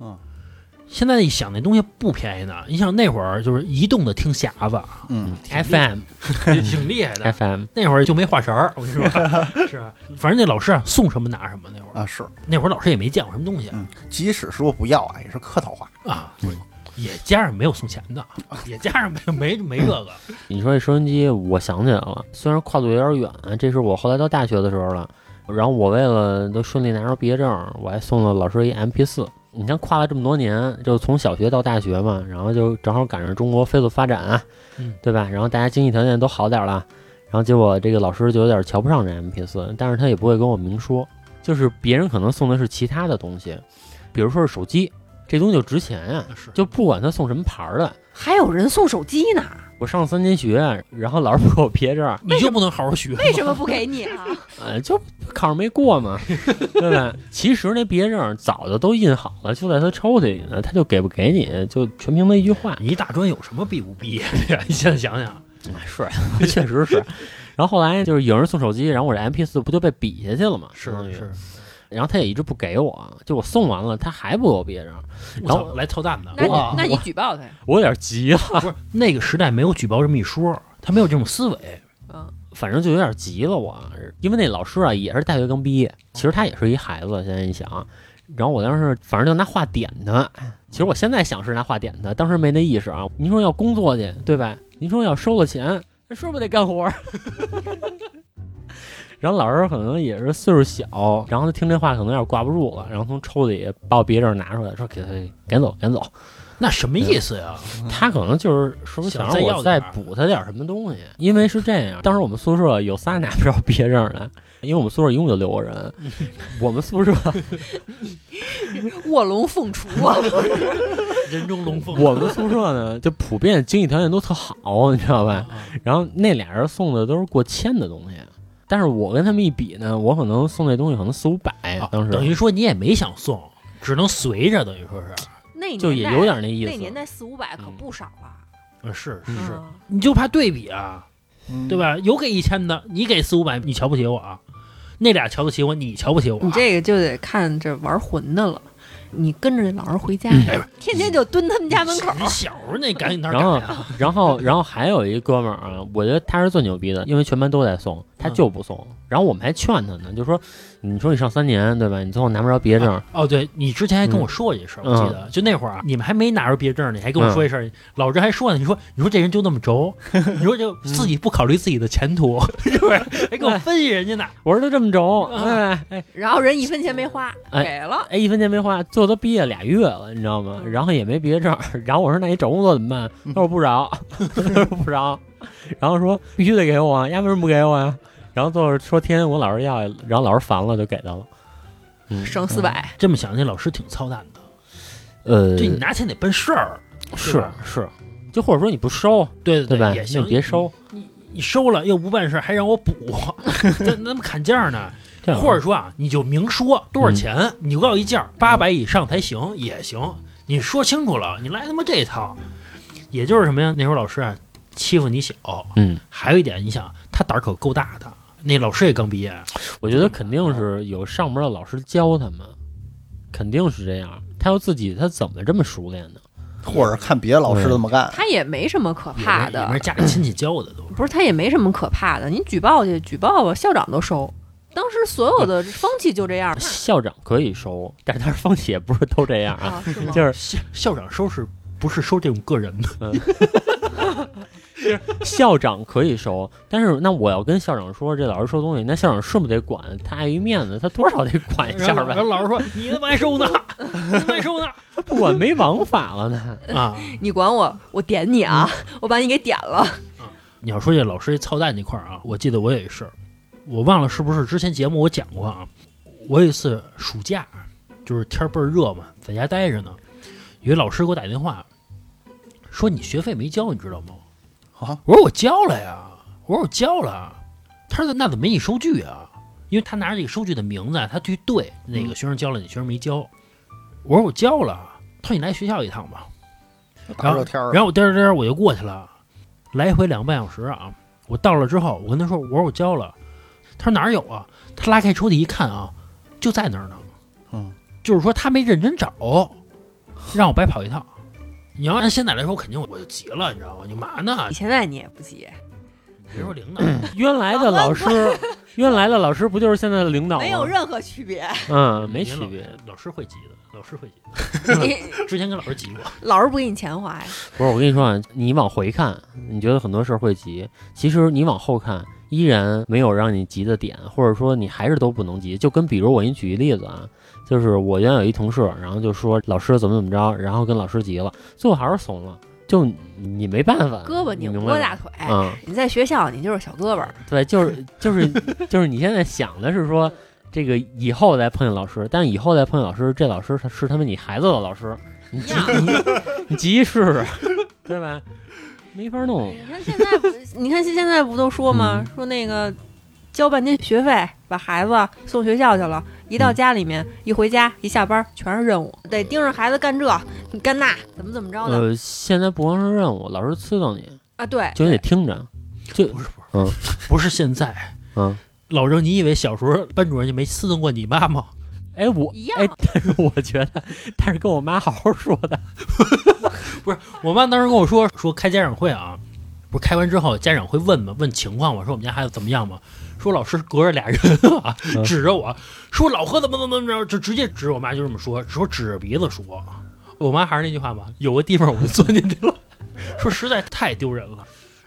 S2: 嗯，
S1: 现在一想那东西不便宜呢，你想那会儿就是移动的听匣子
S2: 嗯，
S4: FM
S1: 挺厉害的，
S4: FM
S1: 那会儿就没话绳儿，我跟你说，是吧，反正那老师啊送什么拿什么，那会儿
S2: 啊是，
S1: 那会儿老师也没见过什么东西
S2: 嗯，即使说不要啊，也是客套话，
S1: 啊。也加上没有送钱的，也加上没没没这个，
S4: 你说这收音机，我想起来了，虽然跨度有点远啊，这是我后来到大学的时候了。然后我为了都顺利拿着毕业证，我还送了老师一 MP 四。你像跨了这么多年，就从小学到大学嘛，然后就正好赶上中国飞速发展啊，
S1: 嗯
S4: 对吧？然后大家经济条件都好点儿了，然后结果这个老师就有点瞧不上这 MP 四，但是他也不会跟我明说，就是别人可能送的是其他的东西，比如说是手机，这东西就值钱啊，
S1: 是
S4: 就不管他送什么牌儿的，
S3: 还有人送手机呢，
S4: 我上三年学，然后老师不给我毕 业证，
S1: 你就不能好好学？
S3: 为什么不给你 啊？
S4: 呃，就考上没过嘛， 对吧？其实那毕业证早就都印好了，就在他抽屉里呢，他就给不给你，就全凭他一句 话。
S1: 你一大专有什么毕不毕业的 呀？你现在想想，啊
S4: 是， 确实是。然后后来就是有人送手机，然后我这 MP 四不就被比下去了嘛？相当于。
S1: 是，
S4: 然后他也一直不给我，就我送完了，他还不给我毕业证，
S1: 我
S4: 然后
S1: 操来操蛋的，
S3: 那
S1: 我
S3: 你那你举报他呀？
S4: 我有点急了，
S1: 不是那个时代没有举报这么一说，他没有这种思维。
S3: 嗯，
S4: 反正就有点急了我。因为那老师啊也是大学刚毕业，其实他也是一孩子，现在一想。然后我当时反正就拿话点他，其实我现在想是拿话点他，当时没那意识啊。您说要工作去，对吧？您说要收了钱，那是不是得干活儿？ 然后老师可能也是岁数小，然后他听这话可能有点挂不住了，然后从抽屉里把我毕业证拿出来，说给他赶走赶走。
S1: 那什么意思呀？
S4: 他可能就是是不是
S1: 想
S4: 嗯想让
S1: 再要
S4: 我再
S1: 点儿
S4: 补他点儿什么东西？因为是这样，当时我们宿舍有仨拿 不着毕业证的，因为我们宿舍一共就六个 人，我们宿舍
S3: 卧龙凤雏 啊！
S1: 人中龙凤
S4: 我们宿舍呢就普遍经济条件都特好，你知道吧？
S1: 啊
S4: 然后那俩人送的都是过千的东西，但是我跟他们一比呢，我可能送那东西可能四五百，
S1: 啊
S4: 当
S1: 等
S4: 时
S1: 于说你也没想送，只能随着，等于说是，
S3: 那年代
S4: 就也有点那意
S3: 那年
S4: 思。
S3: 代四五百可不少了，
S1: 呃是是
S4: 嗯
S1: 是，
S3: 嗯
S1: 你就怕对比啊，
S2: 嗯
S1: 对？吧？有给一千的，你给四五百，你瞧不起我啊？那俩瞧得起我，你瞧不起我啊？
S3: 你这个就得看这玩混的了。你跟着那老师回家，天天就蹲他们家门口。
S1: 你小时候那赶紧哪儿
S4: 然后
S1: 改啊？
S4: 然后，然后还有一哥们儿啊，我觉得他是最牛逼的，因为全班都在送，他就不送。然后我们还劝他呢，就说：“你说你上三年对吧？你最后拿不着毕业证，
S1: 哦，对你之前还
S4: 嗯
S1: 跟我说过这事儿，我记得就那会儿啊，你们还没拿着毕业证呢，你还跟我说一
S4: 嗯
S1: 声，老师还说呢，你说你说这人就那么 轴，你说就自己不考虑自己的前途，是不是？还
S4: 哎
S1: 给我分析人家呢，
S4: 我说都这么轴，
S1: 嗯
S4: 哎哎
S3: 然后人一分钱没花，
S4: 哎
S3: 给了。
S4: 哎，一分钱没花，最后都毕业俩月了，你知道吗？
S3: 嗯
S4: 然后也没毕业证，然后我说那你找工作怎么办？他说不找，他说不找，然后说必须得给我啊，丫为什么不给我呀？然后最后说天天我老师要，然后老师烦了就给他了。嗯，
S3: 省四百，
S1: 这么想，那老师挺操蛋的。
S4: 呃，
S1: 对你拿钱得办事儿，对
S4: 是
S1: 吧
S4: 是，就或者说你不收，
S1: 对对
S4: 对吧？
S1: 也
S4: 那
S1: 行，
S4: 别收，
S1: 你收了又不办事儿，还让 我补，那那么砍价呢？
S4: 这样
S1: 或者说啊，你就明说多少钱，你告一价，八百以上才行也行。你说清楚了，你来他妈这一套，也就是什么呀？那会儿老师啊欺负你小，
S4: 嗯，
S1: 还有一点，你想他胆儿可够大的。那老师也刚毕业，
S4: 我觉得肯定是有上边的老师教他们，肯定是这样。他要自己他怎么这么熟练呢？
S2: 或者看别的老师这么干，
S3: 他也没什么可怕
S1: 也
S3: 的嗯
S1: 是，家里亲戚教的都。
S3: 不是他也没什么可怕的。你举报去，举报吧，校长都收。当时所有的风气就这样
S4: 校长可以收，但是他风气也不是都这样啊。
S3: 啊，是吗？
S4: 就是
S1: 校校长收拾不是收这种个人的，
S4: 校长可以收，但是那我要跟校长说这老师收东西，那校长是不是得管？他碍于面子，他多少得管一下
S1: 然后然
S4: 吧
S1: 后。老师说：“你他妈还收呢，你他妈还收呢
S4: 他不管没王法了呢。
S1: 啊！”
S3: 你管我，我点你啊，
S4: 嗯
S3: 我把你给点了。
S1: 你要说这老师这操蛋那块儿啊，我记得我有一事儿，我忘了是不是之前节目我讲过啊。我有一次暑假，就是天儿倍儿热嘛，在家待着呢，有一老师给我打电话，说你学费没交，你知道吗？
S2: 啊，
S1: 我说我交了呀，我说我交了。他说那怎么没你收据啊？因为他拿着这个收据的名字啊，他去对哪个学生交了，哪个学生没交。我说我交了。他说你来学校一趟吧。
S2: 大热天儿
S1: 然后我颠儿颠儿我就过去了，来回两个半小时啊。我到了之后，我跟他说，我说我交了，他说哪儿有啊？他拉开抽屉一看啊，就在那儿呢。
S2: 嗯，
S1: 就是说他没认真找，让我白跑一趟。你要按现在来说，肯定我就急了，你知道吗？你嘛呢
S4: 嗯
S3: 你？现在你也不急，
S1: 别说领导，你
S4: 原来的老师，原来的老师不就是现在的领导吗？
S3: 没有任何区别。
S4: 嗯，没区
S1: 老
S4: 别。。
S1: 老师会急的，老师会急的。
S3: 你
S1: 之前跟老师急过，
S3: 老是不给你钱花呀？
S4: 不是，我跟你说啊，你往回看，你觉得很多事儿会急，其实你往后看，依然没有让你急的点，或者说你还是都不能急。就跟比如我给你举一例子啊，就是我原来有一同事，然后就说老师怎么怎么着，然后跟老师急了，最后还是怂了，就你你没办法，
S3: 胳膊
S4: 你
S3: 拧
S4: 嗯明
S3: 不
S4: 白
S3: 过
S4: 吗？
S3: 大腿。
S4: 嗯，
S3: 你在学校，你就是小胳膊。
S4: 对，就是就是就是你现在想的是说。这个以后再碰见老师，但以后再碰见老师，这老师他是他们你孩子的老师，你急你你急试试， 对吧？没法弄。
S3: 你看现在不，你看现在不都说吗？
S4: 嗯
S3: 说那个交半天学费，把孩子送学校去了，一到家里
S4: 嗯
S3: 面，一回家一下班全是任务，得盯着孩子干这干那，怎么怎么着的、
S4: 呃，现在不光是任务，老师刺瞪你，
S3: 啊？对，
S4: 就你得听着。就
S1: 不是不是，
S4: 嗯
S1: 不是现在，
S4: 嗯，
S1: 老郑，你以为小时候班主任就没刺瞪过你妈吗？
S4: 哎我
S3: 一样
S4: 哎，但是我觉得，但是跟我妈好好说的，
S1: 我妈当时跟我说，说开家长会啊，不是开完之后家长会问嘛，问情况嘛，说我们家孩子怎么样嘛，说老师隔着俩人啊
S4: 嗯，
S1: 指着我说老何怎么怎么怎么着，就直接指我妈就这么说，说指着鼻子说，我妈还是那句话嘛，有个地方我就钻进去了， 说实在太丢人了，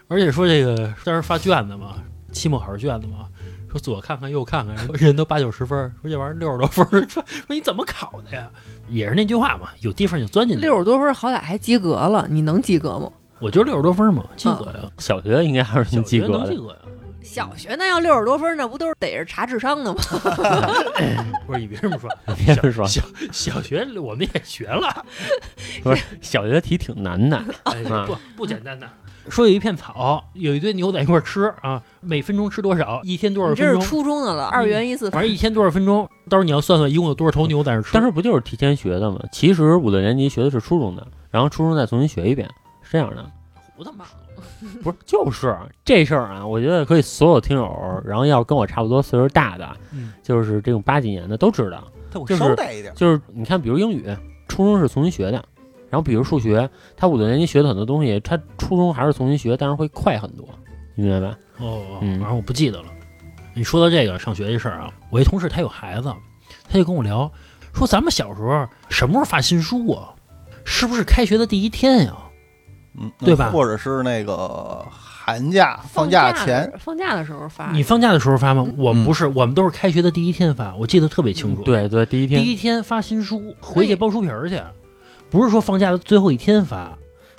S1: 而且说这个当时发卷子嘛，期末考试卷子嘛。说左看看右看看，人都八九十分儿，说这玩意儿六十多分儿，说说你怎么考的呀？也是那句话嘛，有地方就钻进去。
S3: 六十多分好歹还及格了，你能及格吗？
S1: 我就六十多分嘛，及格 呀，
S4: 小学应该还是
S1: 小
S4: 能嗯及
S1: 学
S4: 格
S1: 能
S4: 的
S1: 及。格呀。
S3: 小学那要六十多分，那不都是得是查智商的吗？
S1: 不是你别这么说，
S4: 别这么说，
S1: 小小学我们也学 了，
S4: 小学题挺难 的。
S1: 哎、
S4: 啊
S1: 不不简单的。说有一片草，有一堆牛在一块儿吃啊，每分钟吃多少，一天多少
S3: 你这
S1: 分
S3: 是
S1: 钟，
S3: 初中的了，嗯二元一次
S1: 反正一天多少分钟，到时候你要算算一共有多少头牛在那儿吃。
S4: 当时不就是提前学的吗？其实五六年级学的是初中的，然后初中再重新学一遍，是这样的。
S1: 胡他妈的，
S4: 不是，就是这事儿啊，我觉得可以所有听友，然后要跟我差不多岁数大的，
S1: 嗯
S4: 就是这种八几年的都知道。
S2: 但我
S4: 就是
S1: 哦
S2: 捎带一点，
S4: 就是你看，比如英语，初中是重新学的，然后比如数学，他五六年级学的很多东西，他初中还是重新学，但是会快很多，你明白吧？
S1: 哦，
S4: 嗯
S1: 反正我不记得了。你说到这个上学这事儿啊，我一同事他有孩子，他就跟我聊说，咱们小时候什么时候发新书啊？是不是开学的第一天呀、
S2: 嗯，
S1: 对吧
S2: 或者是那个寒假放
S3: 假
S2: 假前，
S3: 放假的时候发，
S1: 你放假的时候发吗？我们
S2: 嗯
S1: 不是，我们都是开学的第一天发，我记得特别清楚。，
S4: 嗯对对，第一
S1: 第
S4: 天，
S1: 一天发新书，回去包书皮儿去，不是说放假的最后一天发。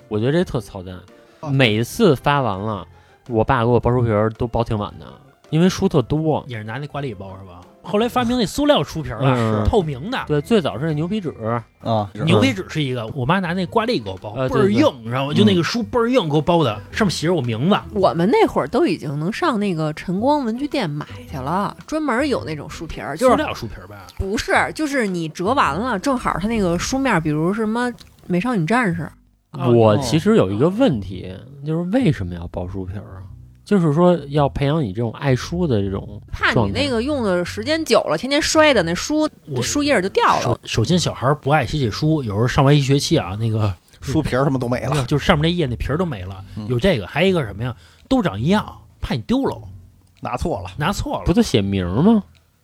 S4: 我觉得这特操蛋，
S1: 哦
S2: 啊
S4: 每次发完了，我爸给我包书皮儿都包挺晚的，因为书特多。
S1: 也是拿那挂历包是吧？后来发明那塑料书皮儿了，
S4: 嗯
S1: 透明的。
S4: 对，最早是那牛皮纸，
S2: 啊，是
S1: 牛皮纸是一个，我妈拿那挂历给我包，
S4: 呃
S1: 倍
S4: 对
S1: 儿
S4: 对嗯
S1: 硬，你知道吗？就那个书倍儿硬，给我包的，上面写着我名字。
S3: 我们那会儿都已经能上那个晨光文具店买去了，专门有那种书皮儿，就
S1: 塑
S3: 是
S1: 料书皮儿吧，
S3: 不是，就是你折完了，正好它那个书面，比如什么《美少女战士》，
S1: 啊
S4: 我其实有一个问题，就是为什么要包书皮儿啊？就是说要培养你这种爱书的这种
S3: 怕你
S4: 状态
S3: 那个用的时间久了，天天摔的那书
S1: 我
S3: 书页儿就掉了
S1: 首。首先小孩儿不爱写写书，有时候上完一学期啊，那个
S2: 书皮儿什么都没
S4: 啊
S2: 了，
S1: 就是上面那页那皮儿都没了。
S2: 嗯
S1: 有这个，还有一个什么呀？都长一样，怕你丢了，
S2: 拿错了，
S1: 拿错了
S4: 不。都写名儿吗？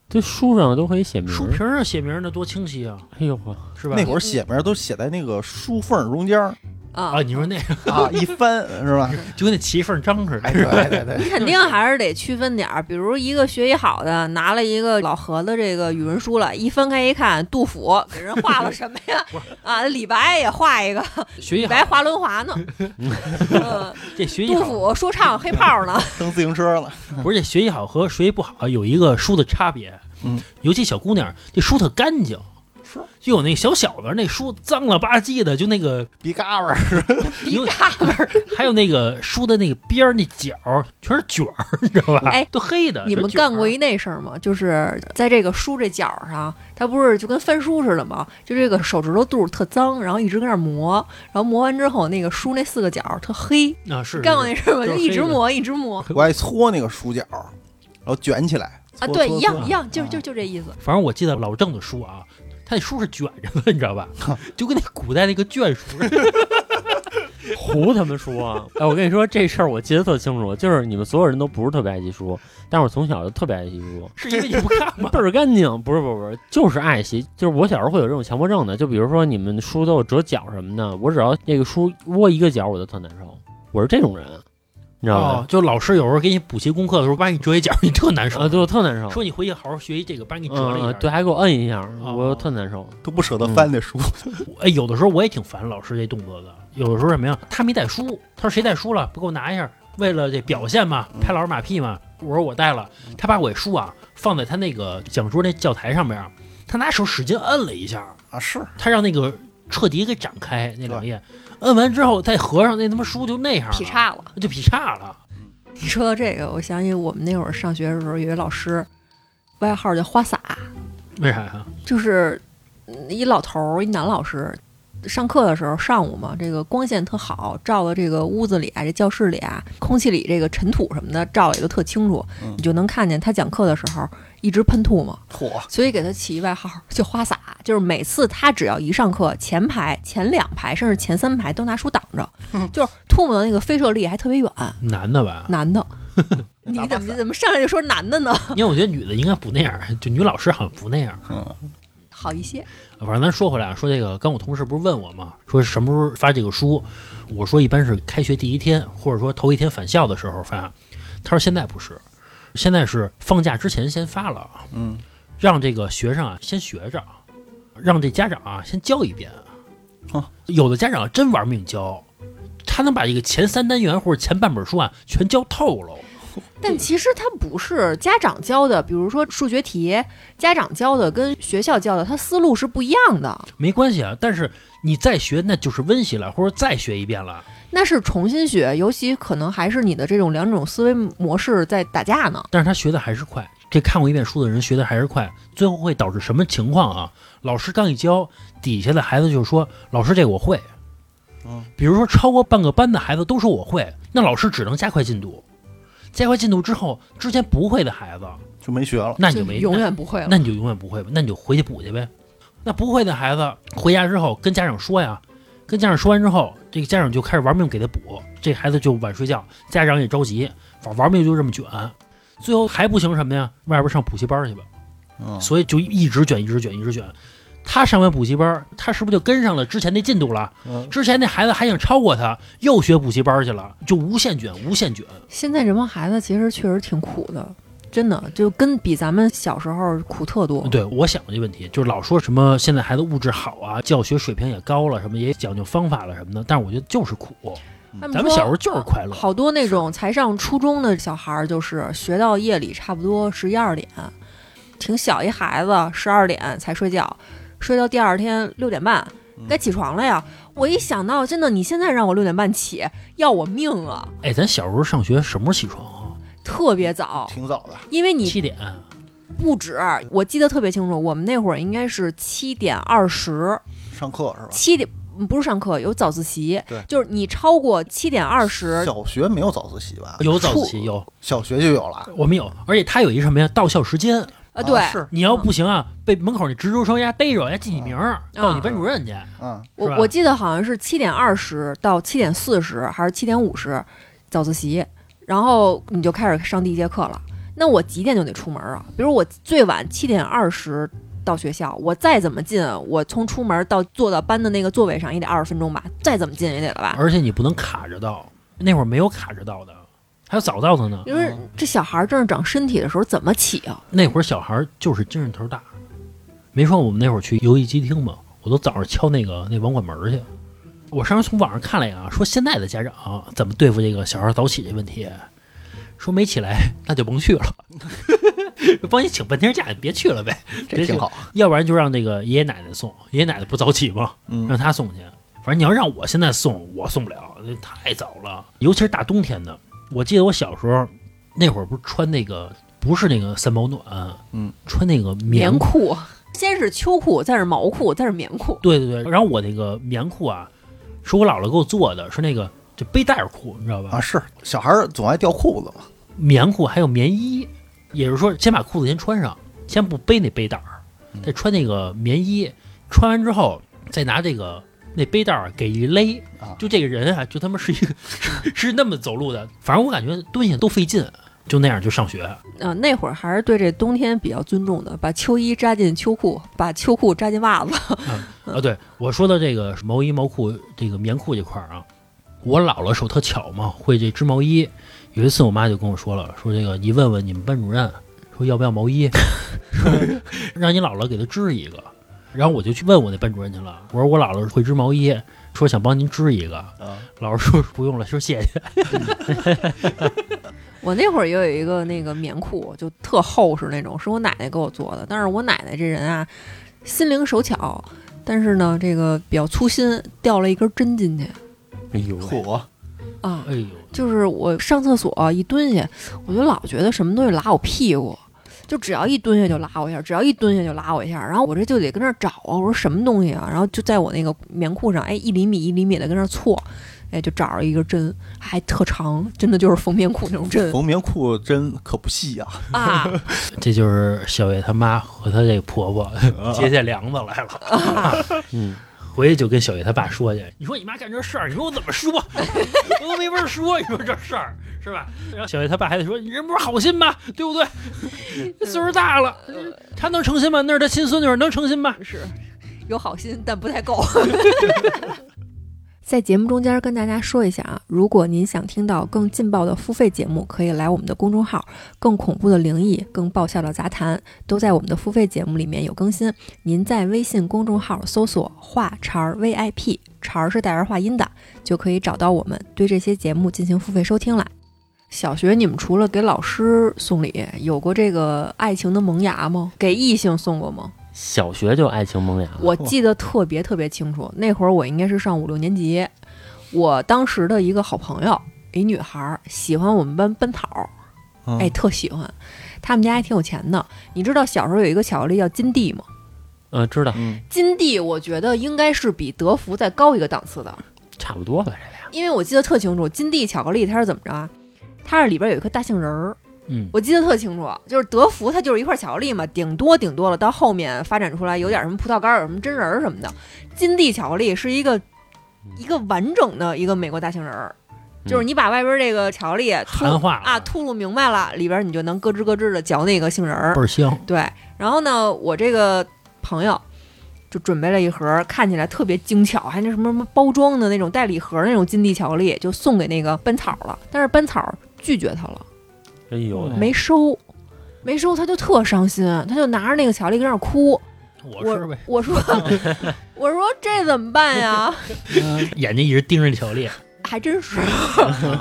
S4: 这书上都可以写名儿。
S2: 嗯
S1: 书皮儿上写名儿那多清晰啊，
S4: 哎呦呵，
S1: 是吧？
S2: 那会儿写名都写在那个书缝儿中间儿，
S3: 啊
S1: 啊，，你说那个
S2: 啊，一翻是 吧？
S1: 就跟那齐缝章似的
S2: 哎，，对对对，
S3: 你肯定还是得区分点儿。比如一个学习好的拿了一个老何的这个语文书了，一翻开一看，杜甫给人画了什么 呀
S1: 不？
S3: 啊，李白也画一个，
S1: 学习
S3: 李
S1: 好
S3: 白滑轮 滑呢，嗯，
S1: 这学习
S3: 杜
S1: 好，
S3: 甫说唱黑 炮呢，
S2: 蹬自行车了，
S1: 不是这学习好和学习不好啊有一个书的差别。
S2: 嗯，
S1: 尤其小姑娘这书特干净，
S2: 是
S1: 就有那小小子那书脏了吧唧的，就那个
S2: 鼻嘎巴儿，
S1: 有
S3: 嘎巴儿
S1: 还有那个书的那个边儿那角儿全是卷儿，你知道吧？
S3: 哎
S1: 都黑的。
S3: 你
S1: 全呃
S3: 们
S1: 卷儿
S3: 干过一那事儿吗？就是在这个书这角儿上，它不是就跟翻书似的吗？就这个手指头肚儿特脏，然后一直跟那儿磨，然后磨完之后，那个书那四个角儿特黑。
S1: 啊？是
S3: 干过那事儿吗？
S1: 就
S3: 就是一
S1: 黑
S3: 直
S1: 的
S3: 磨，一直磨
S2: 我爱搓那个书角，然后卷起来。
S3: 啊！
S2: 搓
S3: 对，
S2: 搓
S3: 一样
S2: 搓
S3: 一样，
S1: 啊
S3: 就就就这意思。
S1: 反正我记得老郑的书啊，他那书是卷着的，你知道 吧？就跟那古代那个卷书似的。
S4: 胡他们说啊！ 哎，我跟你说这事儿我记得特清楚，就是你们所有人都不是特别爱惜书，但是我从小就特别爱惜书，
S1: 是因为你不看吗？
S4: 倍儿干净。不是不是不是，就是爱惜。就是我小时候会有这种强迫症的，就比如说你们书都有折角什么的，我只要那个书窝一个角，我就特难受。我是这种人，你知道
S1: 哦
S4: 吧？，
S1: 就老师有时候给你补习功课的时候，把你折一角，你特难受。
S4: 啊，对我特难受。
S1: 说你回去好好学习这个，把你折了一
S4: 嗯，
S1: 下。
S4: 对，还给我摁一下，
S1: 哦
S4: 我特难受。
S2: 都不舍得翻那书，
S1: 哎，有的时候我也挺烦老师这动作的。有的时候什么呀？他没带书，他说谁带书了？不给我拿一下。为了这表现嘛，
S4: 嗯
S1: 拍老师马屁嘛。我说我带了，他把我这书啊放在他那个讲桌那教材上面啊，他拿手使劲摁了一下，
S2: 啊，是
S1: 他让那个彻底给展开那两页，摁完之后再合上，那他妈书就那样了
S3: 劈叉了。
S1: 就劈叉了。
S3: 你说到这个，我想起我们那会儿上学的时候，有一老师，外号叫花洒，
S1: 为啥呀？
S3: 就是嗯一老头儿，一男老师。上课的时候，上午嘛，这个光线特好，照的这个屋子里啊，这教室里啊，空气里这个尘土什么的，照的也都特清楚，
S2: 嗯
S3: 你就能看见他讲课的时候一直喷吐嘛，
S2: 嚯，
S3: 所以给他起一外号叫花洒，就是每次他只要一上课，前排、前两排甚至前三排都拿书挡着，就是吐沫的那个飞射力还特别远，
S1: 男的吧？
S3: 男的。你怎么怎么上来就说男的呢？
S1: 因为我觉得女的应该不那样，就女老师好像不那样。
S3: 好一些，
S1: 反正咱说回来啊，说这个，刚我同事不是问我嘛，说什么时候发这个书？我说一般是开学第一天，或者说头一天返校的时候发。他说现在不是，现在是放假之前先发了，
S2: 嗯，
S1: 让这个学生啊先学着，让这家长啊先教一遍。
S2: 啊，
S1: 有的家长真玩命教，他能把这个前三单元或者前半本书啊全教透喽。
S3: 但其实它不是家长教的，比如说数学题，家长教的跟学校教的，它思路是不一样的，
S1: 没关系啊，但是你再学那就是温习了，或者再学一遍了。
S3: 那是重新学，尤其可能还是你的这种两种思维模式在打架呢。
S1: 但是他学的还是快。这看过一遍书的人学的还是快，最后会导致什么情况啊？老师刚一教，底下的孩子就说：“老师，这个我会。”
S2: 嗯，
S1: 比如说超过半个班的孩子都说我会，那老师只能加快进度。加快进度之后，之前不会的孩子，
S2: 就没学了。
S1: 那你就没
S3: 永远不会
S1: 那，
S3: 了。
S1: 那你就永远不会吧？那你就回去补去呗。那不会的孩子回家之后跟家长说呀，跟家长说完之后，这个家长就开始玩命给他补，这孩子就晚睡觉，家长也着急，玩玩命就这么卷，最后还不行什么呀？外边上补习班去吧。
S2: 嗯，
S1: 所以就一直卷，一直卷，一直卷。他上完补习班，他是不是就跟上了之前那进度了？
S2: 嗯
S1: 之前那孩子还想超过他，又学补习班去了，就无限卷，无限卷。
S3: 现在这帮孩子其实确实挺苦的，真的就跟比咱们小时候苦特多。
S1: 对，我想过这问题，就是老说什么现在孩子物质好啊，教学水平也高了，什么也讲究方法了什么的，但是我觉得就是苦。
S3: 他
S1: 咱们
S3: 说
S1: 小时候就是快乐
S3: 好多那种才上初中的小孩儿，就是学到夜里差不多十一二点，挺小一孩子，十二点才睡觉，睡到第二天六点半
S2: 嗯
S3: 该起床了呀。我一想到，真的，你现在让我六点半起，要我命啊！
S1: 哎，咱小时候上学什么时候起床啊？
S3: 特别早，
S2: 挺早的，
S3: 因为你
S1: 七点。啊
S3: 不止，我记得特别清楚，我们那会儿应该是七点二十，
S2: 上课是吧？
S3: 七点嗯不是上课，有早自习
S2: 对，
S3: 就是你超过七点二十，
S2: 小学没有早自习吧？
S1: 有早自
S2: 初
S1: 习，，有
S2: 小学就有了。
S1: 我们有，而且他有一什么呀？到校时间，
S3: 啊，对，
S2: 啊是，
S1: 你要不行啊，被门口那值周生丫逮着，丫记你名儿，告你班主任去。
S2: 嗯，
S1: 是吧
S3: 我我记得好像是七点二十到七点四十还是七点五十早自习，然后你就开始上第一节课了。那我几点就得出门啊？比如我最晚七点二十到学校，我再怎么近，我从出门到坐到班的那个座位上也得二十分钟吧，再怎么近也得了吧。
S1: 而且你不能卡着到，那会儿没有卡着到的，还有早到的呢。
S3: 你说这小孩儿正是长身体的时候怎么起啊？
S1: 那会儿小孩儿就是精神头儿大，没说我们那会儿去游戏机厅嘛，我都早上敲那个那网管门儿去。我上回从网上看了一个啊，说现在的家长、怎么对付这个小孩儿早起这问题，说没起来 那就甭去了，帮你请半天假，你别去了呗，
S2: 这挺好。啊
S1: 要不然就让那个爷爷奶奶送，爷爷奶奶不早起吗？
S2: 嗯
S1: 让，他送去。反正你要让我现在送，我送不了，那太早了。尤其是大冬天的，我记得我小时候那会儿不是穿那个不是那个三保暖，
S2: 嗯，
S1: 穿那个棉
S3: 棉。裤，先是秋裤，再是毛裤，再是棉裤。
S1: 对对对，然后我那个棉裤啊，是我姥姥给我做的，是那个就背带儿裤，你知道吧？
S2: 啊，是小孩儿总爱掉裤子嘛，
S1: 棉裤还有棉衣，也就是说先把裤子先穿上，先不背那背带儿，再穿那个棉衣，穿完之后再拿这个那背带儿给一勒
S2: 啊，
S1: 就这个人啊，就他妈是一个 是是那么走路的，反正我感觉蹲下都费劲，就那样就上学。
S3: 嗯、那会儿还是对这冬天比较尊重的，把秋衣扎进秋裤，把秋裤扎进袜子。
S1: 啊，对我说到这个毛衣、毛裤、这个棉裤这块儿啊，我姥姥手特巧嘛，会这织毛衣。有一次，我妈就跟我说了，说这个你问问你们班主任，说要不要毛 衣，说让你姥姥给他织一个。然后我就去问我那班主任去了，我说我姥姥会织毛衣，说想帮您织一个。老师说不用了，说谢谢。
S3: 我那会儿也有一个那个棉裤，就特厚实那种，是我奶奶给我做的。但是我奶奶这人啊，心灵手巧，但是呢，这个比较粗心，掉了一根针进去
S4: 哎呦喂，
S2: 嚯，
S3: 啊。
S1: 哎呦，
S3: 就是我上厕所一蹲下，我就老觉得什么东西拉我屁股，就只要一蹲下就拉我一下，只要一蹲下就拉我一下，然后我这就得跟那儿找啊，我说什么东西啊，然后就在我那个棉裤上，哎，一厘米一厘米的跟那儿错，哎，就找着一个针，还特长，真的就是缝棉裤那种针
S2: 缝棉裤针可不细呀，
S3: 啊。
S1: 这就是小月他妈和她这婆婆 结下梁子来了。
S4: 嗯，
S1: 回去就跟小月他爸说去，你说你妈干这事儿，你说我怎么说？我都没法说，你说这事儿是吧？然后小月他爸还得说，你人不是好心吗？对不对？岁数大了，
S3: 呃
S1: 他能成心吗？那是他亲孙女儿，能成心吗？
S3: 是有好心，但不太够。 在节目中间跟大家说一下啊，如果您想听到更劲爆的付费节目，可以来我们的公众号“更恐怖的灵异”、“更爆笑的杂谈”都在我们的付费节目里面有更新。您在微信公众号搜索“话茬儿 VIP”，茬儿是带儿化音的，就可以找到我们，对这些节目进行付费收听啦。小学你们除了给老师送礼，有过这个爱情的萌芽吗？给异性送过吗？
S4: 小学就爱情萌芽了，
S3: 我记得特别特别清楚，那会儿我应该是上五六年级，我当时的一个好朋友，一女孩儿喜欢我们班奔跑，
S2: 嗯
S3: 哎，，特喜欢。他们家还挺有钱的，你知道小时候有一个巧克力叫金地吗？
S4: 嗯知道，
S2: 嗯，
S3: 金地我觉得应该是比德芙再高一个档次的，
S4: 差不多吧这俩，
S3: 因为我记得特清楚，金地巧克力它是怎么着啊？它是里边有一颗大杏仁儿，
S1: 嗯，
S3: 我记得特清楚，就是德芙它就是一块巧克力嘛，顶多顶多了，到后面发展出来有点什么葡萄干儿、有什么榛仁儿什么的。金地巧克力是一
S1: 嗯
S3: 个一个完整的一个美国大杏仁儿，就是你把外边这个巧克力吐
S1: 含化了
S3: 啊吐露明白了，里边你就能咯吱咯吱的嚼那个杏仁儿
S1: 倍。儿香。
S3: 对，然后呢，我这个朋友就准备了一盒看起来特别精巧，还那什么什么包装的那种带礼盒的那种金地巧克力，就送给那个班草了。但是班草拒绝他了。
S4: 哎呦
S1: 嗯
S4: 喂，
S3: 没收，没收，他就特伤心，他就拿着那个巧克力跟那儿哭。
S1: 我吃
S3: 我
S1: 呗，
S3: 我说我说这怎么办呀？
S1: 眼睛一直盯着巧克力，
S3: 还真是，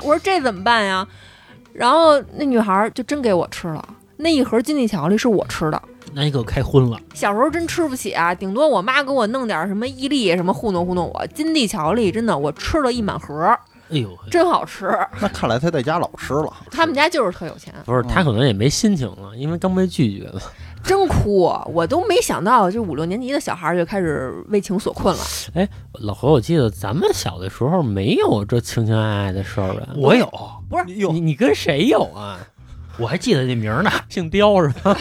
S3: 我说这怎么办呀？然后那女孩儿就真给我吃了，那一盒金地巧克力是我吃的。
S1: 那你给我开荤了。
S3: 小时候真吃不起啊，顶多我妈给我弄点什么伊利什么糊弄糊弄我。金地巧克力真的我吃了一满盒，
S1: 哎呦，
S3: 真好吃。
S2: 那看来他在家老吃了，
S3: 他们家就是特有钱。
S4: 不是他可能也没心情了，因为刚被拒绝了，
S3: 真哭、啊我都没想到，就五六年级的小孩儿就开始为情所困了。
S4: 老何，我记得咱们小的时候没有这情情爱爱的事儿吧？
S1: 我有，
S3: 不是
S2: 哟
S4: 你，你跟谁有 啊？
S1: 我还记得那名儿呢，
S4: 姓刁是吧？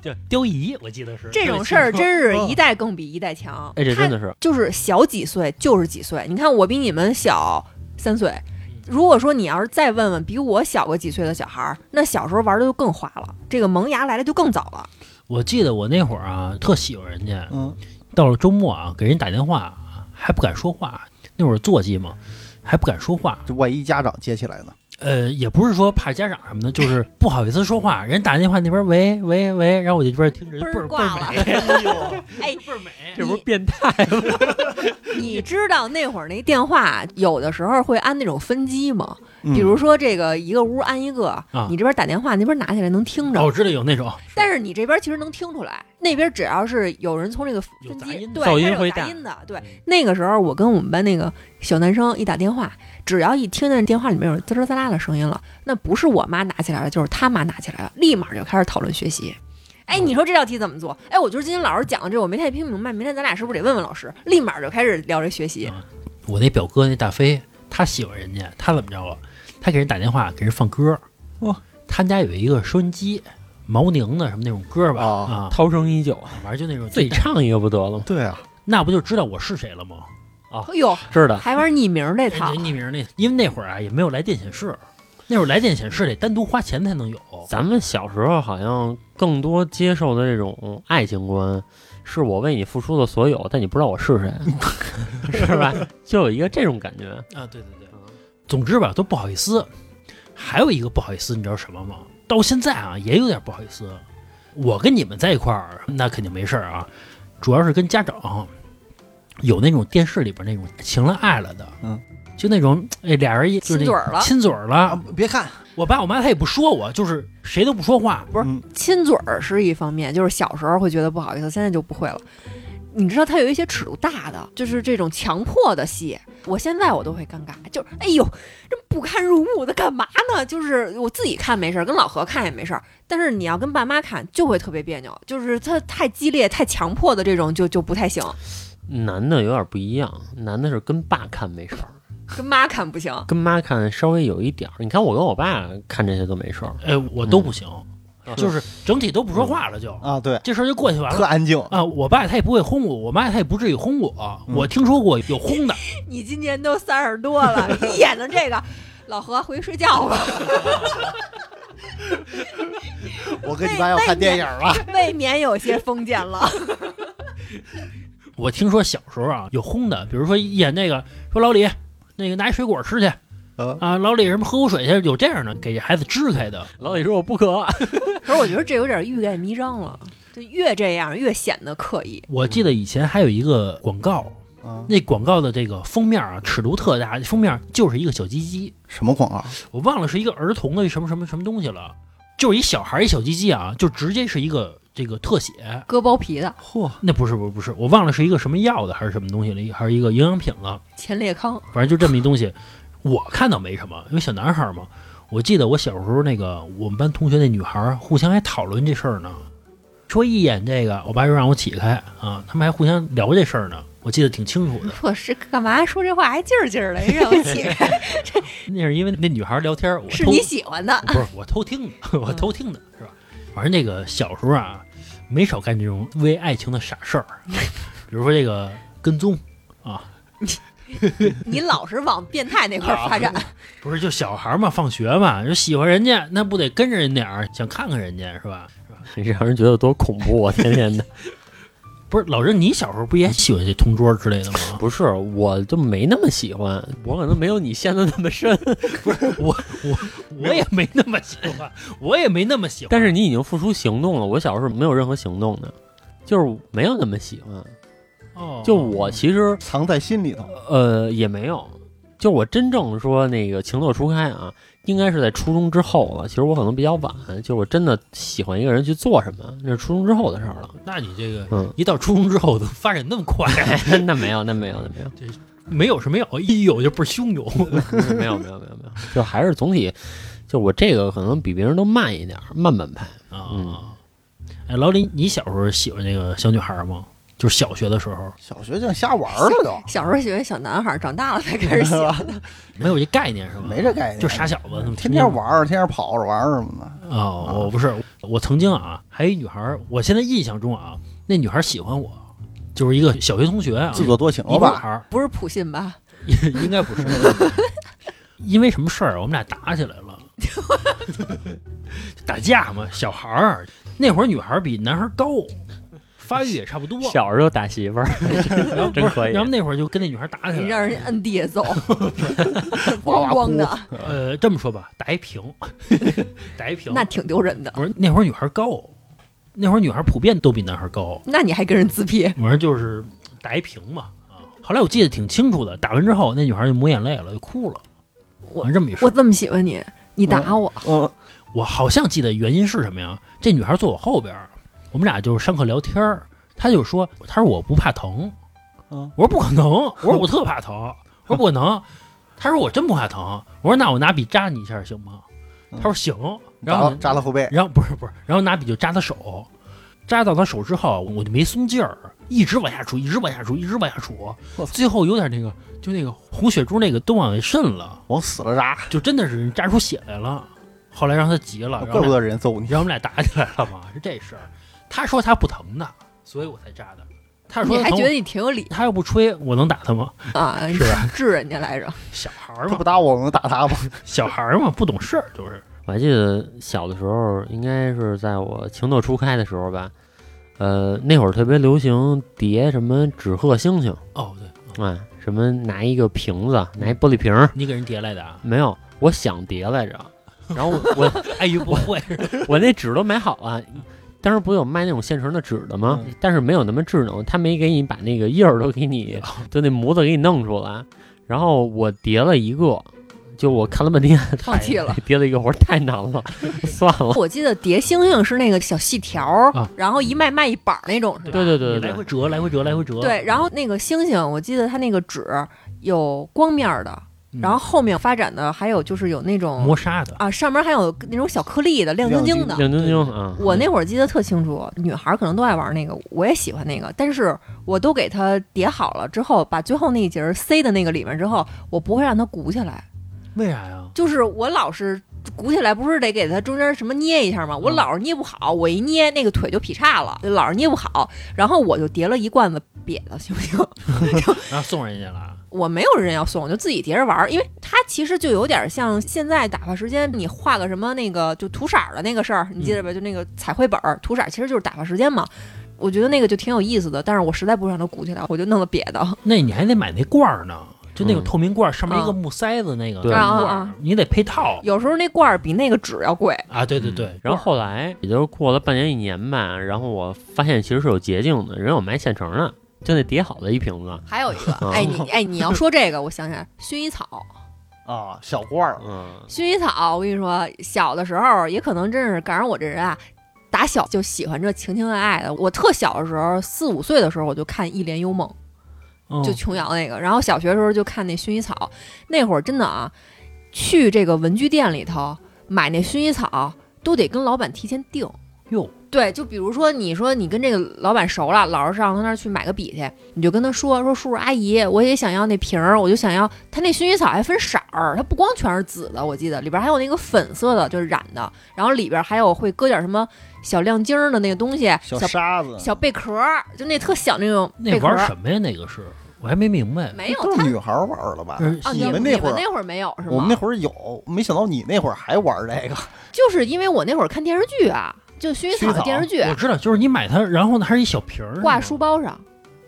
S1: 叫刁姨，我记得是
S3: 这种事儿真是
S1: 嗯
S3: 一代更比一代强。
S4: 哎，这
S3: 他
S4: 真的是，
S3: 就是小几岁就是几岁。你看我比你们小三岁，如果说你要是再问问比我小个几岁的小孩儿，那小时候玩的就更花了，这个萌芽来的就更早了。
S1: 我记得我那会儿啊，特喜欢人家，
S2: 嗯，
S1: 到了周末啊，给人打电话还不敢说话，那会儿座机嘛，还不敢说话。
S2: 这万一家长接起来呢？
S1: 呃，也不是说怕家长什么的，就是不好意思说话。人打电话那边喂喂喂，然后我就这边听着
S3: 嘣
S1: 倍儿
S3: 儿
S1: 倍
S3: 挂
S1: 儿
S3: 了
S1: 美，
S3: 哎，
S1: 倍儿美。
S4: 这不是变态吗？
S3: 你知道那会儿那电话有的时候会安那种分机吗？
S2: 嗯
S3: 比如说这个一个屋安一个，
S1: 啊
S3: 你这边打电话，那边拿起来能听着。
S1: 哦，我知道有那种，
S3: 但是你这边其实能听出来，那边只要是有人从这个分
S1: 有杂
S3: 机
S1: 音的
S3: 对
S4: 噪音
S3: 它是有
S4: 会
S3: 杂
S4: 大
S3: 音的，对。那个时候我跟我们班那个小男生一打电话，只要一听见电话里面有滋啦滋啦的声音了，那不是我妈拿起来了，就是他妈拿起来了，立马就开始讨论学习。哎，你说这道题怎么做？哎，我觉得今天老师讲的这我没太听明白，明天咱俩是不是得问问老师？立马就开始聊这学习。
S1: 我那表哥那大飞，他喜欢人家，他怎么着啊？他给人打电话，给人放歌。
S2: 哇，
S1: 他们家有一个收音机，毛宁的什么那种歌吧、
S2: 哦
S1: 啊，
S4: 涛声依旧，
S1: 反正就那种
S4: 自己，唱一个不得了吗？
S2: 对啊，
S1: 那不就知道我是谁了吗？
S3: 哎呦，
S4: 知道，
S3: 还玩匿名这套
S1: 人，家匿名那，因为那会儿啊也没有来电显示，那会儿来电显示得单独花钱才能有。
S4: 咱们小时候好像更多接受的这种爱情观，是我为你付出了所有，但你不知道我是 谁，是吧？就有一个这种感觉。
S1: 啊，对对对，
S3: 嗯
S1: 总之吧都不好意思。还有一个不好意思，你知道什么吗？到现在啊也有点不好意思。我跟你们在一块儿，那肯定没事儿啊，主要是跟家长有那种电视里边那种情了爱了的，
S2: 嗯，
S1: 就那种哎俩人一就那
S3: 亲嘴儿了
S1: 亲嘴儿
S2: 啊
S1: 了。，
S2: 别看，
S1: 我爸我妈他也不说我，就是谁都不说话。
S3: 不是
S2: 嗯
S3: 亲嘴儿是一方面，就是小时候会觉得不好意思，现在就不会了。你知道他有一些尺度大的，就是这种强迫的戏，我现在我都会尴尬，就是哎呦，这不堪入目的干嘛呢？就是我自己看没事儿，跟老何看也没事儿，但是你要跟爸妈看就会特别别扭，就是他太激烈、太强迫的这种就就不太行，
S4: 男的有点不一样，男的是跟爸看没事儿，
S3: 跟妈看不行。
S4: 跟妈看稍微有一点儿。你看我跟我爸看这些都没事儿，
S1: 哎，我都不行，
S4: 嗯
S1: 就是整体都不说话了就，
S2: 啊，对，
S1: 这事儿就过去完
S2: 特
S1: 了。
S2: 安静，
S1: 啊，我爸他也不会轰我，我妈她也不至于轰我。啊我听说过有轰的，
S3: 你今年都三十多了，一演的这个，老何回去睡觉吧。
S2: 我跟你妈要看电影了，
S3: 未免有些封建了。
S1: 我听说小时候啊有轰的，比如说一演那个说老李那个拿一水果吃去
S2: 嗯，
S1: 啊，老李什么喝口水去，有这样的给孩子支开的。
S4: 老李说我不 渴，
S3: 可是我觉得这有点欲盖弥彰了，就越这样越显得刻意。
S1: 我记得以前还有一个广告，
S2: 啊，
S1: 那广告的这个封面啊尺度特大，封面就是一个小鸡鸡，
S2: 什么广告？
S1: 我忘了是一个儿童的什么什么什么东西了，就是一小孩儿一小鸡鸡啊，就直接是一个这个特写，
S3: 割包皮的
S2: 嚯，
S1: 那不是不是不是，我忘了是一个什么药的还是什么东西了，还是一个营养品了。
S3: 前列康，
S1: 反正就这么一东西，我看到没什么，因为小男孩嘛。我记得我小时候那个我们班同学那女孩互相还讨论这事儿呢，说一演这个，我爸又让我起开啊，他们还互相聊这事儿呢，我记得挺清楚的。
S3: 我是干嘛说这话还劲儿劲儿的？ 让我起，
S1: 那是因为那女孩聊天，我
S3: 是
S1: 偷
S3: 你喜欢的。
S1: 不是我偷听的，我偷听的是吧？反正那个小时候啊，没少干这种为爱情的傻事儿， 比如说这个跟踪。
S3: 你老是往变态那块儿发展，
S1: 不是，就小孩嘛，放学嘛，就喜欢人家，那不得跟着人点儿，想看看人家是吧？
S4: 让人觉得多恐怖啊！天天的，
S1: 不是，老任，你小时候不也喜欢这同桌之类的吗？
S4: 不是，我就没那么喜欢，我可能没有你陷的那么深，
S1: 我也没那么喜欢， 我也没那么喜欢。
S4: 但是你已经付出行动了。我小时候没有任何行动的，就是没有那么喜欢。
S1: 哦，
S4: 就我其实
S2: 藏在心里头，
S4: 呃，也没有，就我真正说那个情窦初开啊，应该是在初中之后了。其实我可能比较晚，就是我真的喜欢一个人去做什么，那是初中之后的事儿 了。
S1: 那你这个，
S4: 嗯
S1: 一到初中之后，怎么发展那么 快？
S4: 那没有，那没有，那没有，
S1: 没有是没有，一有就倍儿汹 涌。
S4: 没有，没有，没有，没有，就还是总体，就我这个可能比别人都慢一点儿，慢半拍。
S2: 嗯
S4: 嗯
S1: 啊，哎，老李，你小时候喜欢那个小女孩吗？就是小学的时候，
S2: 小学就瞎玩儿了都，
S3: 小时候喜欢小男孩儿，长大了才开始喜 欢。
S1: 没有这概念是吧？
S2: 没这概念，
S1: 就傻小子，那么
S2: 天天玩啊儿，天天跑着玩儿什么的，
S1: 哦，我不是，我曾经啊，还有一女孩儿，我现在印象中啊，那女孩儿喜欢我，就是一个小学同学啊，
S2: 自作多情
S1: 一
S2: 了
S1: 女
S2: 吧？
S1: 孩儿，
S3: 不是普 信吧？
S1: 应该不是，因为什么事儿，我们俩打起来了，打架嘛，小孩儿，那会儿女孩儿比男孩儿高，发育也差不多。
S4: 小时候打媳 妇儿，
S1: 然后
S4: 真
S1: 不是
S4: 可以
S1: 然后那会儿就跟那女孩打起
S3: 你让
S1: 来了。
S3: 人家摁地下 揍，咣咣的，
S1: 呃，这么说吧，打一 平，打一平。
S3: 那挺丢人的。
S1: 我说那会儿女孩儿高，那会儿女孩儿普遍都比男孩儿高。
S3: 那你还跟人自闭？
S1: 我说就是打一平嘛。啊，后来我记得挺清楚的，打完之后那女孩就抹眼泪了，就哭了。
S3: 我
S1: 反正这么一
S3: 我
S1: 说，
S3: 这么喜欢你，你打我，
S2: 嗯，
S1: 我好像记得原因是什么呀？这女孩坐我后边儿，我们俩就是上课聊天儿，她就说，她说我不怕疼，
S2: 嗯
S1: 我说不可能，我说我特怕疼，我说不可能，她说我真不怕疼，我说那我拿笔扎你一下行吗？
S2: 嗯
S1: 她说行，然
S2: 扎
S1: 后
S2: 了扎了后背，
S1: 然后不是不是，然后拿笔就扎他手，扎到他手之后，我就没松劲儿，一直往下杵，一直往下杵，一直往下杵
S2: 我，操
S1: 最后有点那个，就那个红血珠那个都往外渗了，
S2: 往死了扎，
S1: 就真的是扎出血来了。后来让他急了，然后
S2: 怪不得人揍
S1: 你
S2: 你。
S1: 知道我们俩打起来了吗？是这事儿。他说他不疼的，所以我才扎的。他说
S3: 你
S1: 他
S3: 还
S1: 疼
S3: 觉得你挺有理
S1: 他又不吹，我能打他吗？
S3: 啊？你
S1: 是吧
S3: 治人家来着，
S1: 小孩儿
S2: 他
S1: 嘛
S2: 不，打我，我能打他吗？
S1: 小孩儿嘛，不懂事儿就是。
S4: 我还记得小的时候，应该是在我情窦初开的时候吧。呃，那会儿特别流行叠什么纸鹤星星，
S1: 哦，对，
S4: 哎，什么拿一个瓶子，拿一玻璃瓶儿，
S1: 你给人叠来的啊？
S4: 没有，我想叠来着，然后我我
S1: 碍于不会，
S4: 我那纸都买好了。当时不是有卖那种现成的纸的吗？
S1: 嗯
S4: 但是没有那么智能，他没给你把那个印儿都给你，就那模子给你弄出来。然后我叠了一个，就我看了半天，
S3: 放弃了。
S4: 叠了一个，我说太难了， 算了。
S3: 我记得叠星星是那个小细条儿，
S1: 啊
S3: 然后一卖卖一板儿那种，是吧？
S4: 对对对
S1: 你
S4: 对
S1: 来回
S4: 对，
S1: 折，来回折，来回折。
S3: 对，然后那个星星，我记得它那个纸有光面儿的，然后后面发展的还有就是有那种
S1: 磨砂的，
S3: 啊，上面还有那种小颗粒的亮晶晶的。
S4: 亮晶晶啊！
S3: 我那会儿记得特清楚，女孩儿可能都爱玩那个，我也喜欢那个，但是我都给它叠好了之后，把最后那一节儿塞到那个里面之后，我不会让它鼓起来，
S1: 为啥呀？
S3: 就是我老是鼓起来，不是得给它中间什么捏一下吗？我
S1: 嗯
S3: 老是捏不好，我一捏那个腿就劈叉了，就老是捏不好，然后我就叠了一罐子瘪的，行不行？
S1: 然后送人家了，
S3: 我没有人要送，我就自己叠着玩儿，因为它其实就有点像现在打发时间，你画个什么那个就涂色儿的那个事儿，你记得吧？就那个彩绘本儿涂色，其实就是打发时间嘛。我觉得那个就挺有意思的，但是我实在不让它鼓起来，我就弄了别的。
S1: 那你还得买那罐儿呢，就那个
S4: 嗯
S1: 透明罐儿，上面一个木塞子那个
S4: 对
S1: 罐
S3: 啊啊
S1: 儿
S3: 啊，
S1: 你得配套
S3: 有时候那罐儿比那个纸要贵，
S1: 啊。对对对
S4: 嗯，然后后来也就是过了半年一年吧，然后我发现其实是有捷径的，人有卖现成的，就那叠好的一瓶子，
S3: 还有一 个，
S4: 嗯
S3: 哎你哎你要说这个，我想起来薰衣草，
S2: 啊，小罐儿，
S4: 嗯，
S3: 薰衣草，我跟你说，小的时候也可能真是赶上我这人啊，打小就喜欢这情情爱爱的。我特小的时候，四五岁的时候我就看《一帘幽梦》。
S1: 嗯
S3: 就琼瑶那个。然后小学的时候就看那薰衣草，那会儿真的啊，去这个文具店里头买那薰衣草都得跟老板提前订。
S1: 哟，
S3: 对，就比如说你说你跟这个老板熟了，老是上他那儿去买个笔去，你就跟他说说叔叔阿姨，我也想要那瓶儿，我就想要他那薰衣草还分色儿，它不光全是紫的，我记得里边还有那个粉色的，就是染的，然后里边还有会搁点什么小亮晶儿的那个东西，小
S2: 小沙子，
S3: 小贝壳儿，就那特小那种
S1: 那
S3: 贝壳
S1: 玩
S3: 儿，
S1: 什么呀？那个是我还没明白。
S3: 没有
S2: 都
S3: 它
S2: 是女孩儿玩儿了吧？
S1: 嗯
S3: 啊，
S1: 是
S3: 你
S2: 你们
S3: 那
S2: 那会儿
S3: 那会儿没有是吗？
S2: 我们那会儿有，没想到你那会儿还玩儿这个。
S3: 就是因为我那会儿看电视剧啊，就薰衣
S2: 薰衣
S3: 草的
S2: 草
S3: 电视剧
S1: 我知道，就是你买它，然后呢还是一小瓶儿，
S3: 啊挂
S1: 是
S3: 书
S1: 吗。
S3: 包上，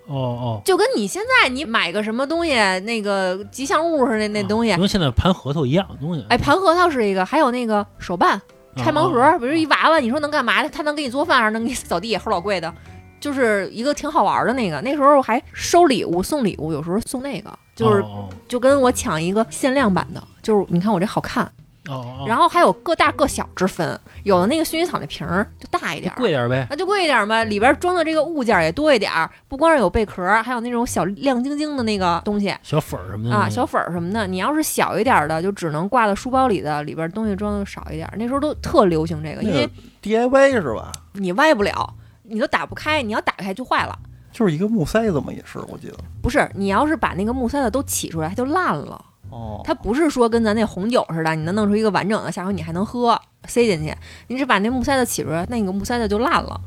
S1: 哦哦，
S3: 就跟你现在你买个什么东西，那个吉祥物似的
S2: 嗯
S3: 那那东西，
S1: 啊就跟现在盘核桃一样东西。
S3: 哎，盘核桃是一个，还有那个手办
S1: 啊，
S2: 嗯
S3: 拆盲盒，
S1: 啊
S3: 比如一娃娃，你说能干嘛呢？它能给你做饭，还是能给你扫地，齁老贵的。就是一个挺好玩的那个，那时候还收礼物送礼物，有时候送那个，就是、
S1: 哦
S3: 就跟我抢一个限量版的，就是你看我这好看，
S1: 哦哦，哦
S3: 然后还有各大各小之分，有的那个薰衣草那瓶儿就大一点儿，
S1: 贵点儿呗。
S3: 那就贵一点嘛，里边装的这个物件也多一点儿，不光是有贝壳儿，还有那种小亮晶晶的那个东西
S1: 小粉儿什么的
S3: 啊，小粉儿什么的。你要是小一点儿的，就只能挂到书包里的，里边东西装的少一点儿。那时候都特流行这个，因
S2: 那
S3: 为
S2: 个 DIY 是吧？
S3: 你歪不了，你都打不开，你要打开就坏了。
S2: 就是一个木塞子嘛，也是我记得。
S3: 不是，你要是把那个木塞子都起出来，它就烂了。
S2: 哦
S3: 它不是说跟咱那红酒似的，你能弄出一个完整的，下回你还能喝，塞进去。你只把那木塞子起出来，那个木塞子就烂了。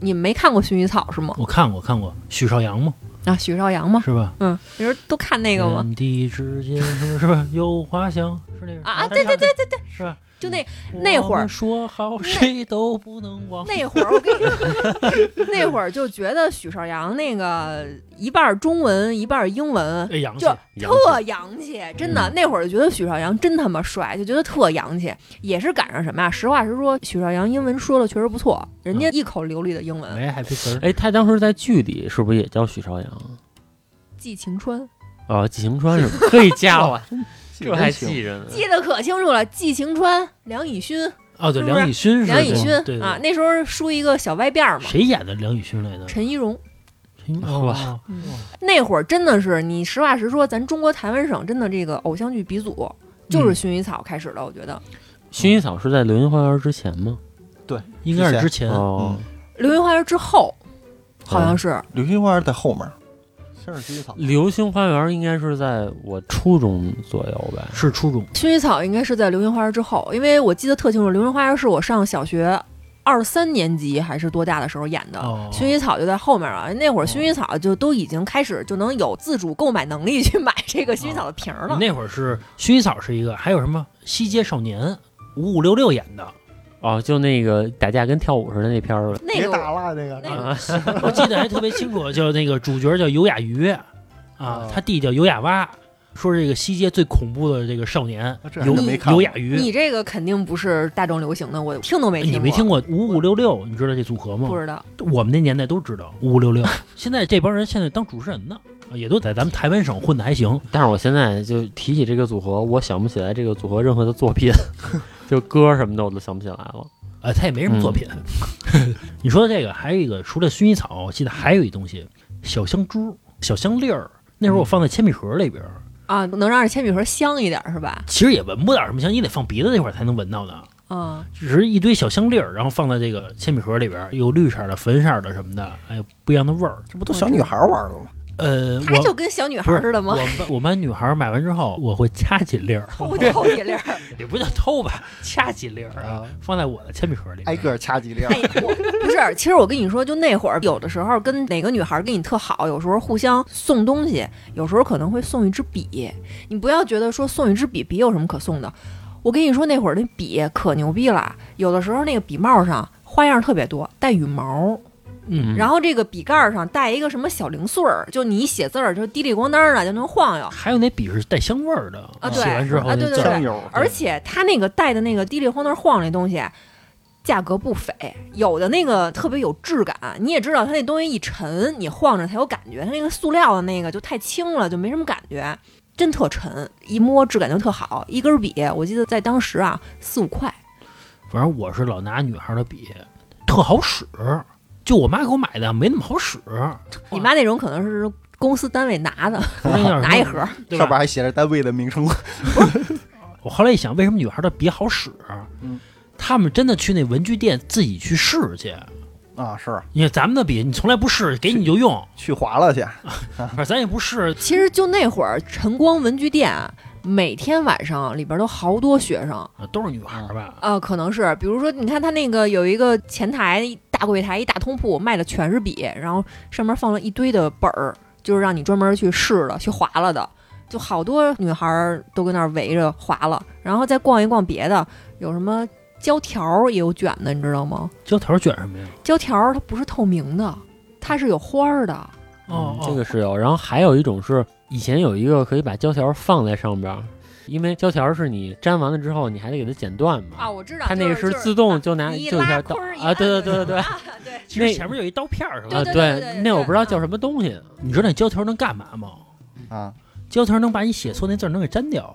S3: 你没看过薰衣草是吗？
S1: 我看过看过，许绍洋嘛，
S3: 啊，许绍洋吗？
S1: 是吧？
S3: 嗯，你说都
S1: 嗯
S3: 看那个吗？
S1: 天地之间是吧？有花香，是那个
S3: 啊对对
S1: 对对对，是吧？
S3: 就那那会儿
S1: 我们说好谁都不能忘。
S3: 那会儿我跟你说， 那会儿就觉得许绍洋那个一半儿中文一半儿英文，
S1: 哎，洋气
S3: 就，
S4: 洋气
S3: 特洋气，真的。
S4: 嗯
S3: 那会儿就觉得许绍洋真他妈帅，就觉得特洋气。也是赶上什么呀？实话实说，许绍洋英文说的确实不错，人家一口流利的英文。
S1: 嗯没 happy 词儿，
S4: 哎，他当时在剧里是不是也叫许绍洋？
S3: 季晴川
S4: 哦，季晴川是吧？可以加
S1: 哦
S4: 我，这还
S2: 行。
S4: 记着
S1: 嗯
S4: 呢。
S3: 记得可清楚了，季晴川、梁以勋、
S1: 哦，对，
S3: 是不是
S1: 梁以勋是
S3: 梁以勋
S1: 对对
S3: 啊，，那时候梳一个小歪辫儿嘛。
S1: 谁演的梁以勋来的？哦
S3: 陈一荣
S1: 陈
S4: 哇
S1: 哇，
S3: 那会儿真的是，你实话实说，咱中国台湾省真的这个偶像剧鼻祖就是
S1: 嗯
S3: 《薰衣草》开始的，我觉得。
S4: 薰衣草是在《流星花园》之前吗？
S1: 应该是之前
S4: 哦，
S3: 《流云花园》之
S1: 哦
S3: 后，好像是、
S2: 流星花园在后面，先是薰衣草。
S4: 流星花园》应该是在我初中左右呗。
S1: 是初中，
S3: 薰衣草》，应该是在《流云花园》之后，因为我记得特清楚，《流云花园》是我上小学二三年级还是多大的时候演的。
S1: 哦
S3: 薰衣草就在后面了，那会儿
S1: 哦
S3: 薰衣草就都已经开始就能有自主购买能力去买这个薰衣草的瓶儿了。
S1: 哦那会儿是薰衣草是一个，还有什么西街少年五五六六演 的，
S4: 哦，就那个打架跟跳舞似的那片儿呗。
S3: 那个我
S2: 了，这个
S3: 那个
S4: 啊，
S1: 我记得还特别清楚，叫那个主角叫尤雅鱼，啊
S2: 哦，
S1: 他弟叫尤雅蛙，说这个西街最恐怖的这个少年
S2: 啊这还
S1: 尤
S2: 真没看过
S1: 尤雅鱼，
S3: 你这个肯定不是大众流行的，我听都没
S1: 哎
S3: 听过。
S1: 你没听过五五六六？你知道这组合吗
S3: 不？知道。
S1: 我们那年代都知道五五六六，现在这帮人现在当主持人呢，啊也都在咱们台湾省混的还行。
S4: 但是我现在就提起这个组合，我想不起来这个组合任何的作品， 就歌什么的我都想不起来了。
S1: 啊，他也没什么作品。
S3: 嗯
S1: 你说的这个，还有一个，除了薰衣草，我记得还有一东西，小香珠、小香粒儿。那时候我放在铅笔盒里边儿，
S3: 啊，能让这铅笔盒香一点儿是吧？
S1: 其实也闻不到什么香，你得放鼻子那块儿才能闻到的。
S3: 啊，
S1: 只是一堆小香粒儿，然后放在这个铅笔盒里边儿，有绿色儿的、粉色儿的什么的，哎，不一样的味儿。
S2: 这不都小女孩玩的吗？
S1: 呃，
S3: 它就
S1: 我
S3: 跟小女
S1: 不
S3: 孩
S1: 是
S3: 似的
S1: 我
S3: 吗？
S1: 们班我们班女孩儿买完之后，我会掐几粒儿，
S3: 偷偷 一粒儿。
S1: 也不叫偷吧，掐几粒儿啊
S2: 啊，
S1: 放在我的铅笔盒里边儿。
S2: 挨个掐几粒儿。
S3: 哎，我不是，其实我跟你说，就那会儿，有的时候跟哪个女孩跟你特好，有时候互相送东西，有时候可能会送一支笔。你不要觉得说送一支笔，笔有什么可送的？我跟你说，那会儿那笔可牛逼了，有的时候那个笔帽上花样特别多，带羽毛，
S1: 嗯，
S3: 然后这个笔盖儿上带一个什么小零碎儿，就你一写字儿就滴里咣当的就能晃悠。
S1: 还有那笔是带香味儿的
S3: 啊
S1: 写
S3: 对
S1: 完之后
S3: 啊
S1: 那
S3: 对对
S1: 字儿
S3: 对
S2: 香油，
S3: 而且它那个带的那个滴里晃那晃那东西，价格不菲，有的那个特别有质感。你也知道，它那东西一沉，你晃着才有感觉。它那个塑料的那个就太轻了，就没什么感觉，真特沉，一摸质感就特好。一根笔，我记得在当时啊，四五块。
S1: 反正我是老拿女孩的笔，特好使。就我妈给我买的，没那么好 使。
S3: 你妈那种可能是公司单位拿的，
S1: 那叫什么
S3: 拿一盒，
S1: 对
S2: 上
S1: 吧？
S2: 边还写着单位的名称。
S1: 我后来一想，为什么女孩的笔好使？
S2: 嗯
S1: 他们真的去那文具店自己去试去。
S2: 啊，是
S1: 你看咱们的笔，你从来不试，给你就
S3: 啊
S1: 用，
S2: 去划了去。
S1: 反正咱也不试。
S3: 其实就那会儿，晨光文具店啊每天晚上里边都好多学生。
S1: 啊都是女孩吧？
S3: 啊，可能是，比如说，你看他那个有一个前台一大柜台一大通铺，卖的全是笔，然后上面放了一堆的本儿，就是让你专门去试了、去划了的，就好多女孩儿都跟那儿围着划了，然后再逛一逛别的，有什么胶条儿也有卷的，你知道吗？
S1: 胶条卷什么呀？
S3: 胶条儿它不是透明的，它是有花儿的，
S1: 哦
S4: 嗯，
S1: 哦
S4: 这个是有。然后还有一种是以前有一个可以把胶条放在上边儿，因为胶条是你粘完了之后你还得给它剪断嘛。
S3: 啊，我知道，
S4: 它那个
S3: 是
S4: 自动就拿
S3: 你一
S4: 就
S3: 拉
S4: 下
S3: 扣
S4: 刀
S3: 儿一
S4: 啊，对对
S3: 按
S4: 对对
S3: 就
S4: 对
S3: 啊，对，
S1: 其实
S4: 那
S1: 前面有一刀片儿是吧？
S4: 啊
S3: 对对对对对
S4: 那我不知道
S3: 对
S4: 叫什么东西。
S1: 你知道那胶条能干嘛吗？
S2: 啊，
S1: 胶条能把你写错那字儿能给粘掉。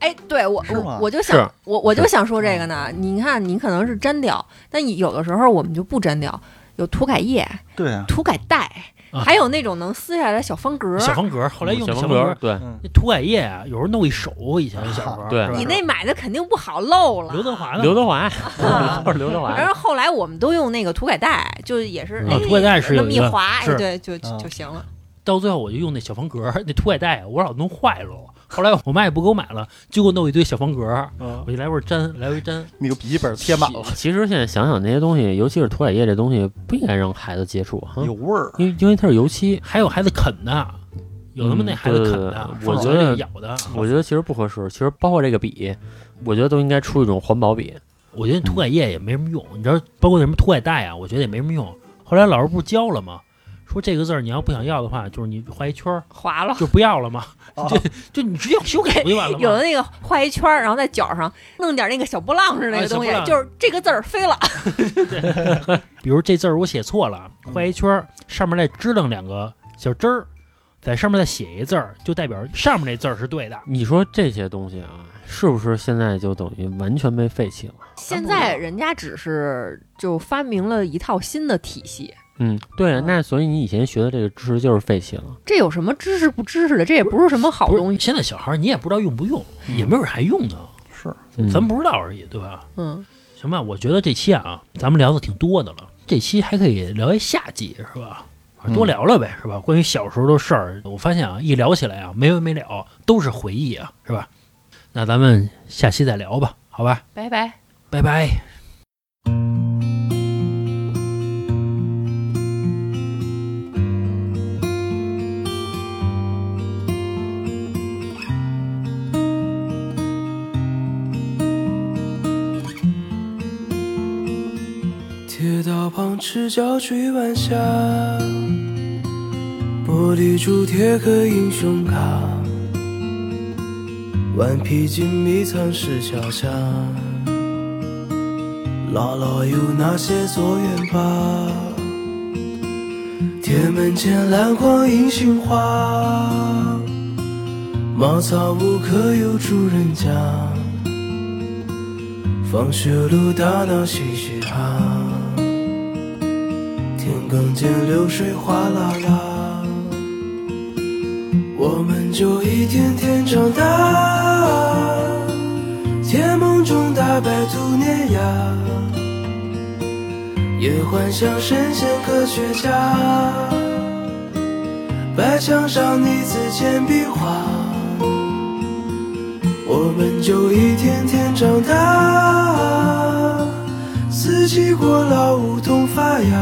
S3: 哎，对我
S2: 是
S3: 我
S2: 吗
S3: 我就是想我我就想说这个
S1: 哦
S3: 呢。你看，你可能是粘掉，但有的时候我们就不粘掉，有涂改液、
S2: 对啊，
S3: 涂改带，
S1: 啊
S3: 还有那种能撕下来的小方格。
S1: 小方格，后来用的
S4: 小
S1: 方
S4: 方格
S1: 格，
S4: 儿，对，
S1: 那涂改液啊，有时候弄一手。以前小时候，
S2: 啊
S4: 对
S1: 是吧
S3: 你那买的肯定不好漏了。
S1: 刘德华呢？
S4: 刘德 华，
S3: 啊
S4: 或者刘德华。
S3: 然后后来我们都用那个涂改带，就也是
S4: 嗯
S3: 哎
S1: 啊涂改带是
S3: 那
S1: 有
S3: 么
S1: 一
S3: 一
S1: 个
S3: 划，哎
S1: 是
S3: 对，就就
S1: 嗯
S2: 啊
S3: 就行了。
S1: 到最后我就用那小方格儿那涂改带，我老弄坏了。后来我妈也不给我买了，就给我弄一堆小方格儿，
S2: 嗯
S1: 我就来回粘，来回粘。
S2: 那个笔记本贴满了，
S4: 其实现在想想那些东西，尤其是涂改液这东西，不应该让孩子接触哈，
S2: 有味儿。
S4: 因为因为它是油漆，
S1: 还有孩子啃的，有他妈
S4: 嗯
S1: 那孩子啃
S4: 对对
S1: 的，
S4: 嗯对
S1: 放
S4: 我
S1: 嘴
S4: 觉得
S1: 里咬的。
S4: 我觉得其实不合适。其实包括这个笔，我觉得都应该出一种环保笔。
S1: 我觉得涂改液也没什么用，你知道，包括那什么涂改带啊，我觉得也没什么用。后来老师不教了吗？说这个字儿你要不想要的话，就是你画一圈儿
S3: 划了。
S1: 就不要了嘛，
S2: 啊
S1: 就就你直接修改不就完了
S3: 有的
S1: 吗？
S3: 那个画一圈儿，然后在角上弄点那个小波浪似的那
S1: 哎
S3: 个
S1: 小
S3: 东西
S1: 波，浪
S3: 就是这个字儿飞了。
S1: 比如这字儿我写错了，画一圈儿，上面再支棱两个小针儿，在上面再写一字儿，就代表上面那字儿是对的。
S4: 你说这些东西啊，是不是现在就等于完全被废弃了？
S3: 现在人家只是就发明了一套新的体系，
S4: 嗯，对，
S3: 嗯
S4: 那所以你以前学的这个知识就是废弃了。
S3: 这有什么知识不知识的？这也不是什么好
S1: 不
S3: 东
S1: 是，
S3: 西。
S1: 现在小孩儿你也不知道用不用，
S2: 嗯
S1: 也没有人还用呢，
S2: 是
S4: 嗯、
S1: 咱不知道而已，对吧？
S3: 嗯，
S1: 行吧，我觉得这期啊，咱们聊的挺多的了，这期还可以聊一下季，是吧？多聊聊呗，是吧？关于小时候的事儿，我发现啊，一聊起来啊，没完没了，都是回忆啊，是吧？那咱们下期再聊吧，好吧？
S3: 拜拜。
S1: 拜拜。
S5: 铁道旁赤脚追晚霞，玻璃珠贴个英雄卡，顽皮筋迷藏石桥下，姥姥有那些作业本？铁门前篮筐银杏花，茅草屋可有住人家？放学路打闹嘻嘻哈哈，田埂间流水哗啦啦，我们就一天天长大，甜梦中大白兔碾压，也幻想神仙科学家，白墙上泥字简笔画。我们就一天天长大，四季过老梧桐发芽，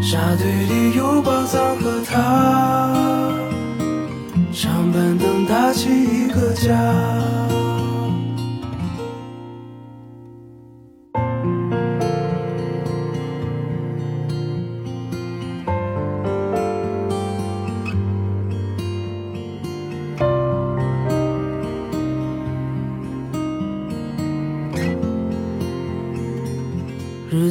S5: 沙堆里有宝藏和他，长板凳搭起一个家。日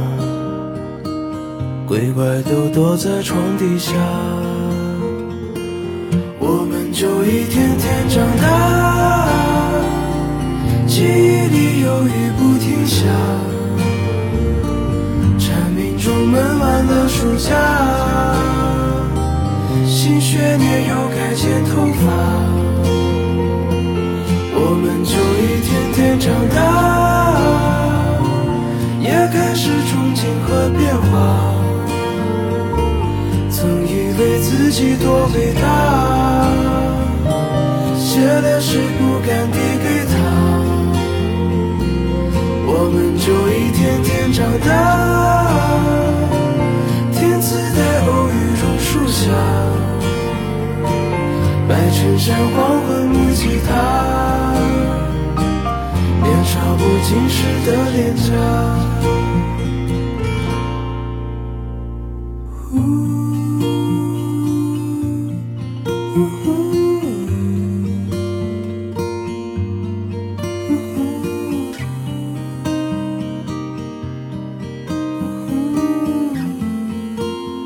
S5: 鬼怪都躲在床底下。我们就一天天长大，记忆里有雨不停下，蝉鸣中闷完了暑假，新学年又该剪头发。我们就一天天长大，也开始憧憬和变化。曾以为自己多伟大，写的诗不敢递给他。我们就一天天长大，天赐在偶遇榕树下。白衬衫，黄昏木吉他，年少不经事的脸颊。呜呜呼呜呼呜呼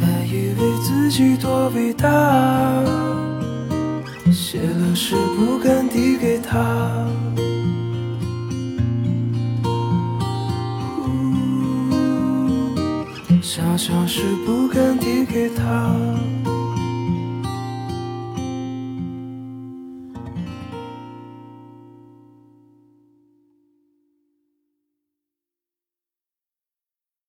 S5: 还以为自己多伟大，写了诗不敢递给他。嗯想想是不敢递给他。